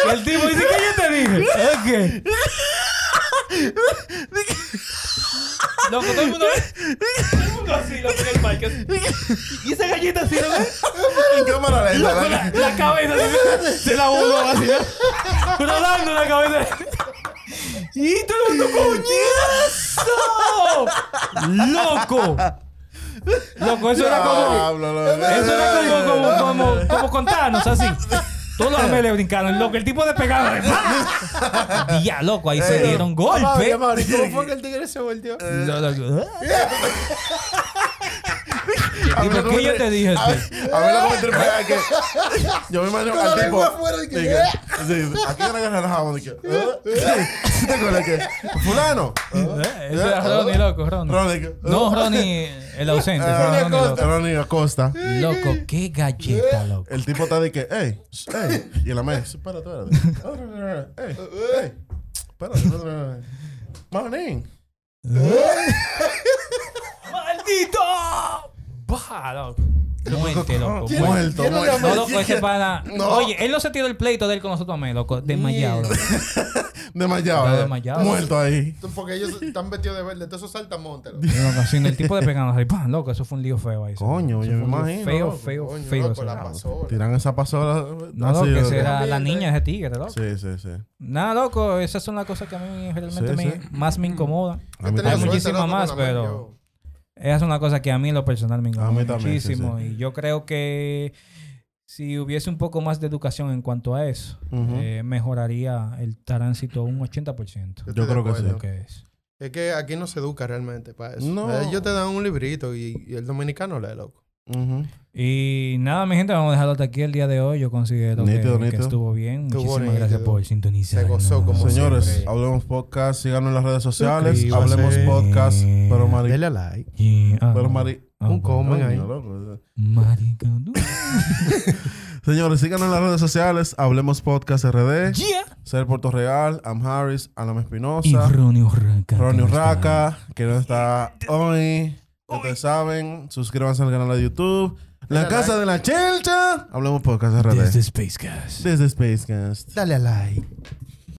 [SPEAKER 1] Y el tipo dice, ¿qué yo te dije? Ok. Loco, todo el mundo Todo el mundo así, loco, en el parque. así. Y esa galleta así, ¿no ves?
[SPEAKER 2] En cámara lenta.
[SPEAKER 1] Loco, la, la cabeza se- se la voló así, ¿no? rodando la cabeza. Y todo el mundo coñazo. Loco. Loco, eso era como.
[SPEAKER 2] Diablo, loco.
[SPEAKER 1] Eso era como, como, como, como contarnos así. Todos los ameles brincaron, loco. El tipo despegaba. de- ¡Ah! Ya, loco, ahí se dieron golpes.
[SPEAKER 4] Mauri, Mauri, ¿Cómo fue que el tigre se volteó?
[SPEAKER 1] Lo- lo- ¿Ah?
[SPEAKER 2] A mí
[SPEAKER 1] Tipo,
[SPEAKER 2] lo que
[SPEAKER 1] ¿qué
[SPEAKER 2] me
[SPEAKER 1] yo
[SPEAKER 2] tre-
[SPEAKER 1] te dije?
[SPEAKER 2] A mí
[SPEAKER 1] este?
[SPEAKER 2] a mí lo que me tripea es que yo me imagino
[SPEAKER 4] la
[SPEAKER 2] al Ah, tipo.
[SPEAKER 4] lengua afuera y que-
[SPEAKER 2] dije, sí, Aquí van a agarrar la jabón. Dije, ¿eh? ¿Sí te acuerdas que? Fulano.
[SPEAKER 1] ¿Eh? Eso era Ronnie, loco, Ronnie.
[SPEAKER 2] Ronnie. que-
[SPEAKER 1] No, Ronnie, el ausente.
[SPEAKER 2] Uh. Ah,
[SPEAKER 1] fue Ronnie, loco.
[SPEAKER 2] Ronnie Acosta.
[SPEAKER 1] Loco, qué galleta, loco.
[SPEAKER 2] El tipo está de que, ey, ey. Y el amén, espérate, espérate. Ey, ey. Espérate, espérate. Manín.
[SPEAKER 1] ¡Maldito! ¡Baja, loco! Muerte, loco.
[SPEAKER 2] ¿Quién-
[SPEAKER 1] muerte.
[SPEAKER 2] Muerto,
[SPEAKER 4] ¿Quién era
[SPEAKER 1] No,
[SPEAKER 2] muerto.
[SPEAKER 4] Mauri?
[SPEAKER 1] loco, ese pana.
[SPEAKER 2] No.
[SPEAKER 1] Oye, él no se tiró el pleito de él con nosotros, me, loco. Desmayado. loco.
[SPEAKER 2] Desmayado.
[SPEAKER 1] Está
[SPEAKER 2] eh.
[SPEAKER 1] desmayado.
[SPEAKER 2] Muerto ahí.
[SPEAKER 4] Porque ellos están vestidos de verde. Entonces esos saltamontes. loco.
[SPEAKER 1] Loco, así, el tipo de pegando ahí, ¡pam! Loco, eso fue un lío feo ahí. eso.
[SPEAKER 2] Coño,
[SPEAKER 1] Eso
[SPEAKER 2] yo
[SPEAKER 1] fue un
[SPEAKER 2] me
[SPEAKER 1] lío
[SPEAKER 2] imagino,
[SPEAKER 1] Feo,
[SPEAKER 2] loco.
[SPEAKER 1] feo,
[SPEAKER 4] Coño,
[SPEAKER 1] feo.
[SPEAKER 4] loco,
[SPEAKER 1] ese
[SPEAKER 4] la
[SPEAKER 1] lado.
[SPEAKER 4] pasó.
[SPEAKER 2] Tiran esa pasola.
[SPEAKER 1] No, loco,
[SPEAKER 2] así,
[SPEAKER 1] que será
[SPEAKER 4] loco.
[SPEAKER 1] la niña de ese tigre, loco.
[SPEAKER 2] Sí, sí, sí.
[SPEAKER 1] Nada, loco, esas son las cosas que a mí realmente
[SPEAKER 2] Sí,
[SPEAKER 1] me-
[SPEAKER 2] sí.
[SPEAKER 1] más me incomodan.
[SPEAKER 2] A
[SPEAKER 4] Tenía
[SPEAKER 1] Hay
[SPEAKER 2] mí también.
[SPEAKER 4] suerte,
[SPEAKER 1] muchísimas
[SPEAKER 4] loco,
[SPEAKER 1] más,
[SPEAKER 4] con la mano,
[SPEAKER 1] pero-
[SPEAKER 4] yo.
[SPEAKER 1] Esa es una cosa que a mí en lo personal me incomoda
[SPEAKER 2] A mí también, sí,
[SPEAKER 1] muchísimo. Y yo creo que si hubiese un poco más de educación en cuanto a eso,
[SPEAKER 2] Ujú.
[SPEAKER 1] eh, mejoraría el tránsito un 80%
[SPEAKER 4] Yo
[SPEAKER 2] Yo
[SPEAKER 4] estoy de
[SPEAKER 2] creo que
[SPEAKER 1] de
[SPEAKER 2] sí.
[SPEAKER 1] lo
[SPEAKER 4] acuerdo.
[SPEAKER 1] que es.
[SPEAKER 4] Es que aquí no se educa realmente para eso.
[SPEAKER 2] No.
[SPEAKER 4] Eh, Ellos te dan un librito y, y el dominicano lee, loco.
[SPEAKER 2] Ujú.
[SPEAKER 1] Y nada, mi gente, vamos a dejarlo hasta aquí el día de hoy. Yo considero que-
[SPEAKER 2] Nítido,
[SPEAKER 1] que,
[SPEAKER 2] nítido.
[SPEAKER 1] estuvo bien.
[SPEAKER 4] Estuvo
[SPEAKER 1] Muchísimas
[SPEAKER 4] nítido.
[SPEAKER 1] gracias por sintonizar.
[SPEAKER 4] Se gozó
[SPEAKER 1] Pues
[SPEAKER 4] como
[SPEAKER 2] Señores,
[SPEAKER 4] siempre.
[SPEAKER 2] hablemos podcast, síganos en las redes sociales,
[SPEAKER 4] Suscríbase.
[SPEAKER 2] hablemos podcast, pero Mari,
[SPEAKER 4] Dele a like.
[SPEAKER 2] pero Mari,
[SPEAKER 1] un
[SPEAKER 4] un coma.
[SPEAKER 1] coma.
[SPEAKER 4] Comen ahí.
[SPEAKER 2] loco. Señores, síganos en las redes sociales, hablemos podcast RD, Ser Puerto Real, Am Harris, Alam
[SPEAKER 1] Y
[SPEAKER 2] Espinosa,
[SPEAKER 1] Ronnie Urraca. que
[SPEAKER 2] Ronnie
[SPEAKER 1] no está.
[SPEAKER 2] Urraca, que no está hoy. Ya Ustedes saben, suscríbanse al canal de YouTube, La
[SPEAKER 4] Dale
[SPEAKER 2] Casa de la Chelcha, hablemos podcast RD,
[SPEAKER 1] Desde Spacecast.
[SPEAKER 2] desde Spacecast.
[SPEAKER 4] Dale a like.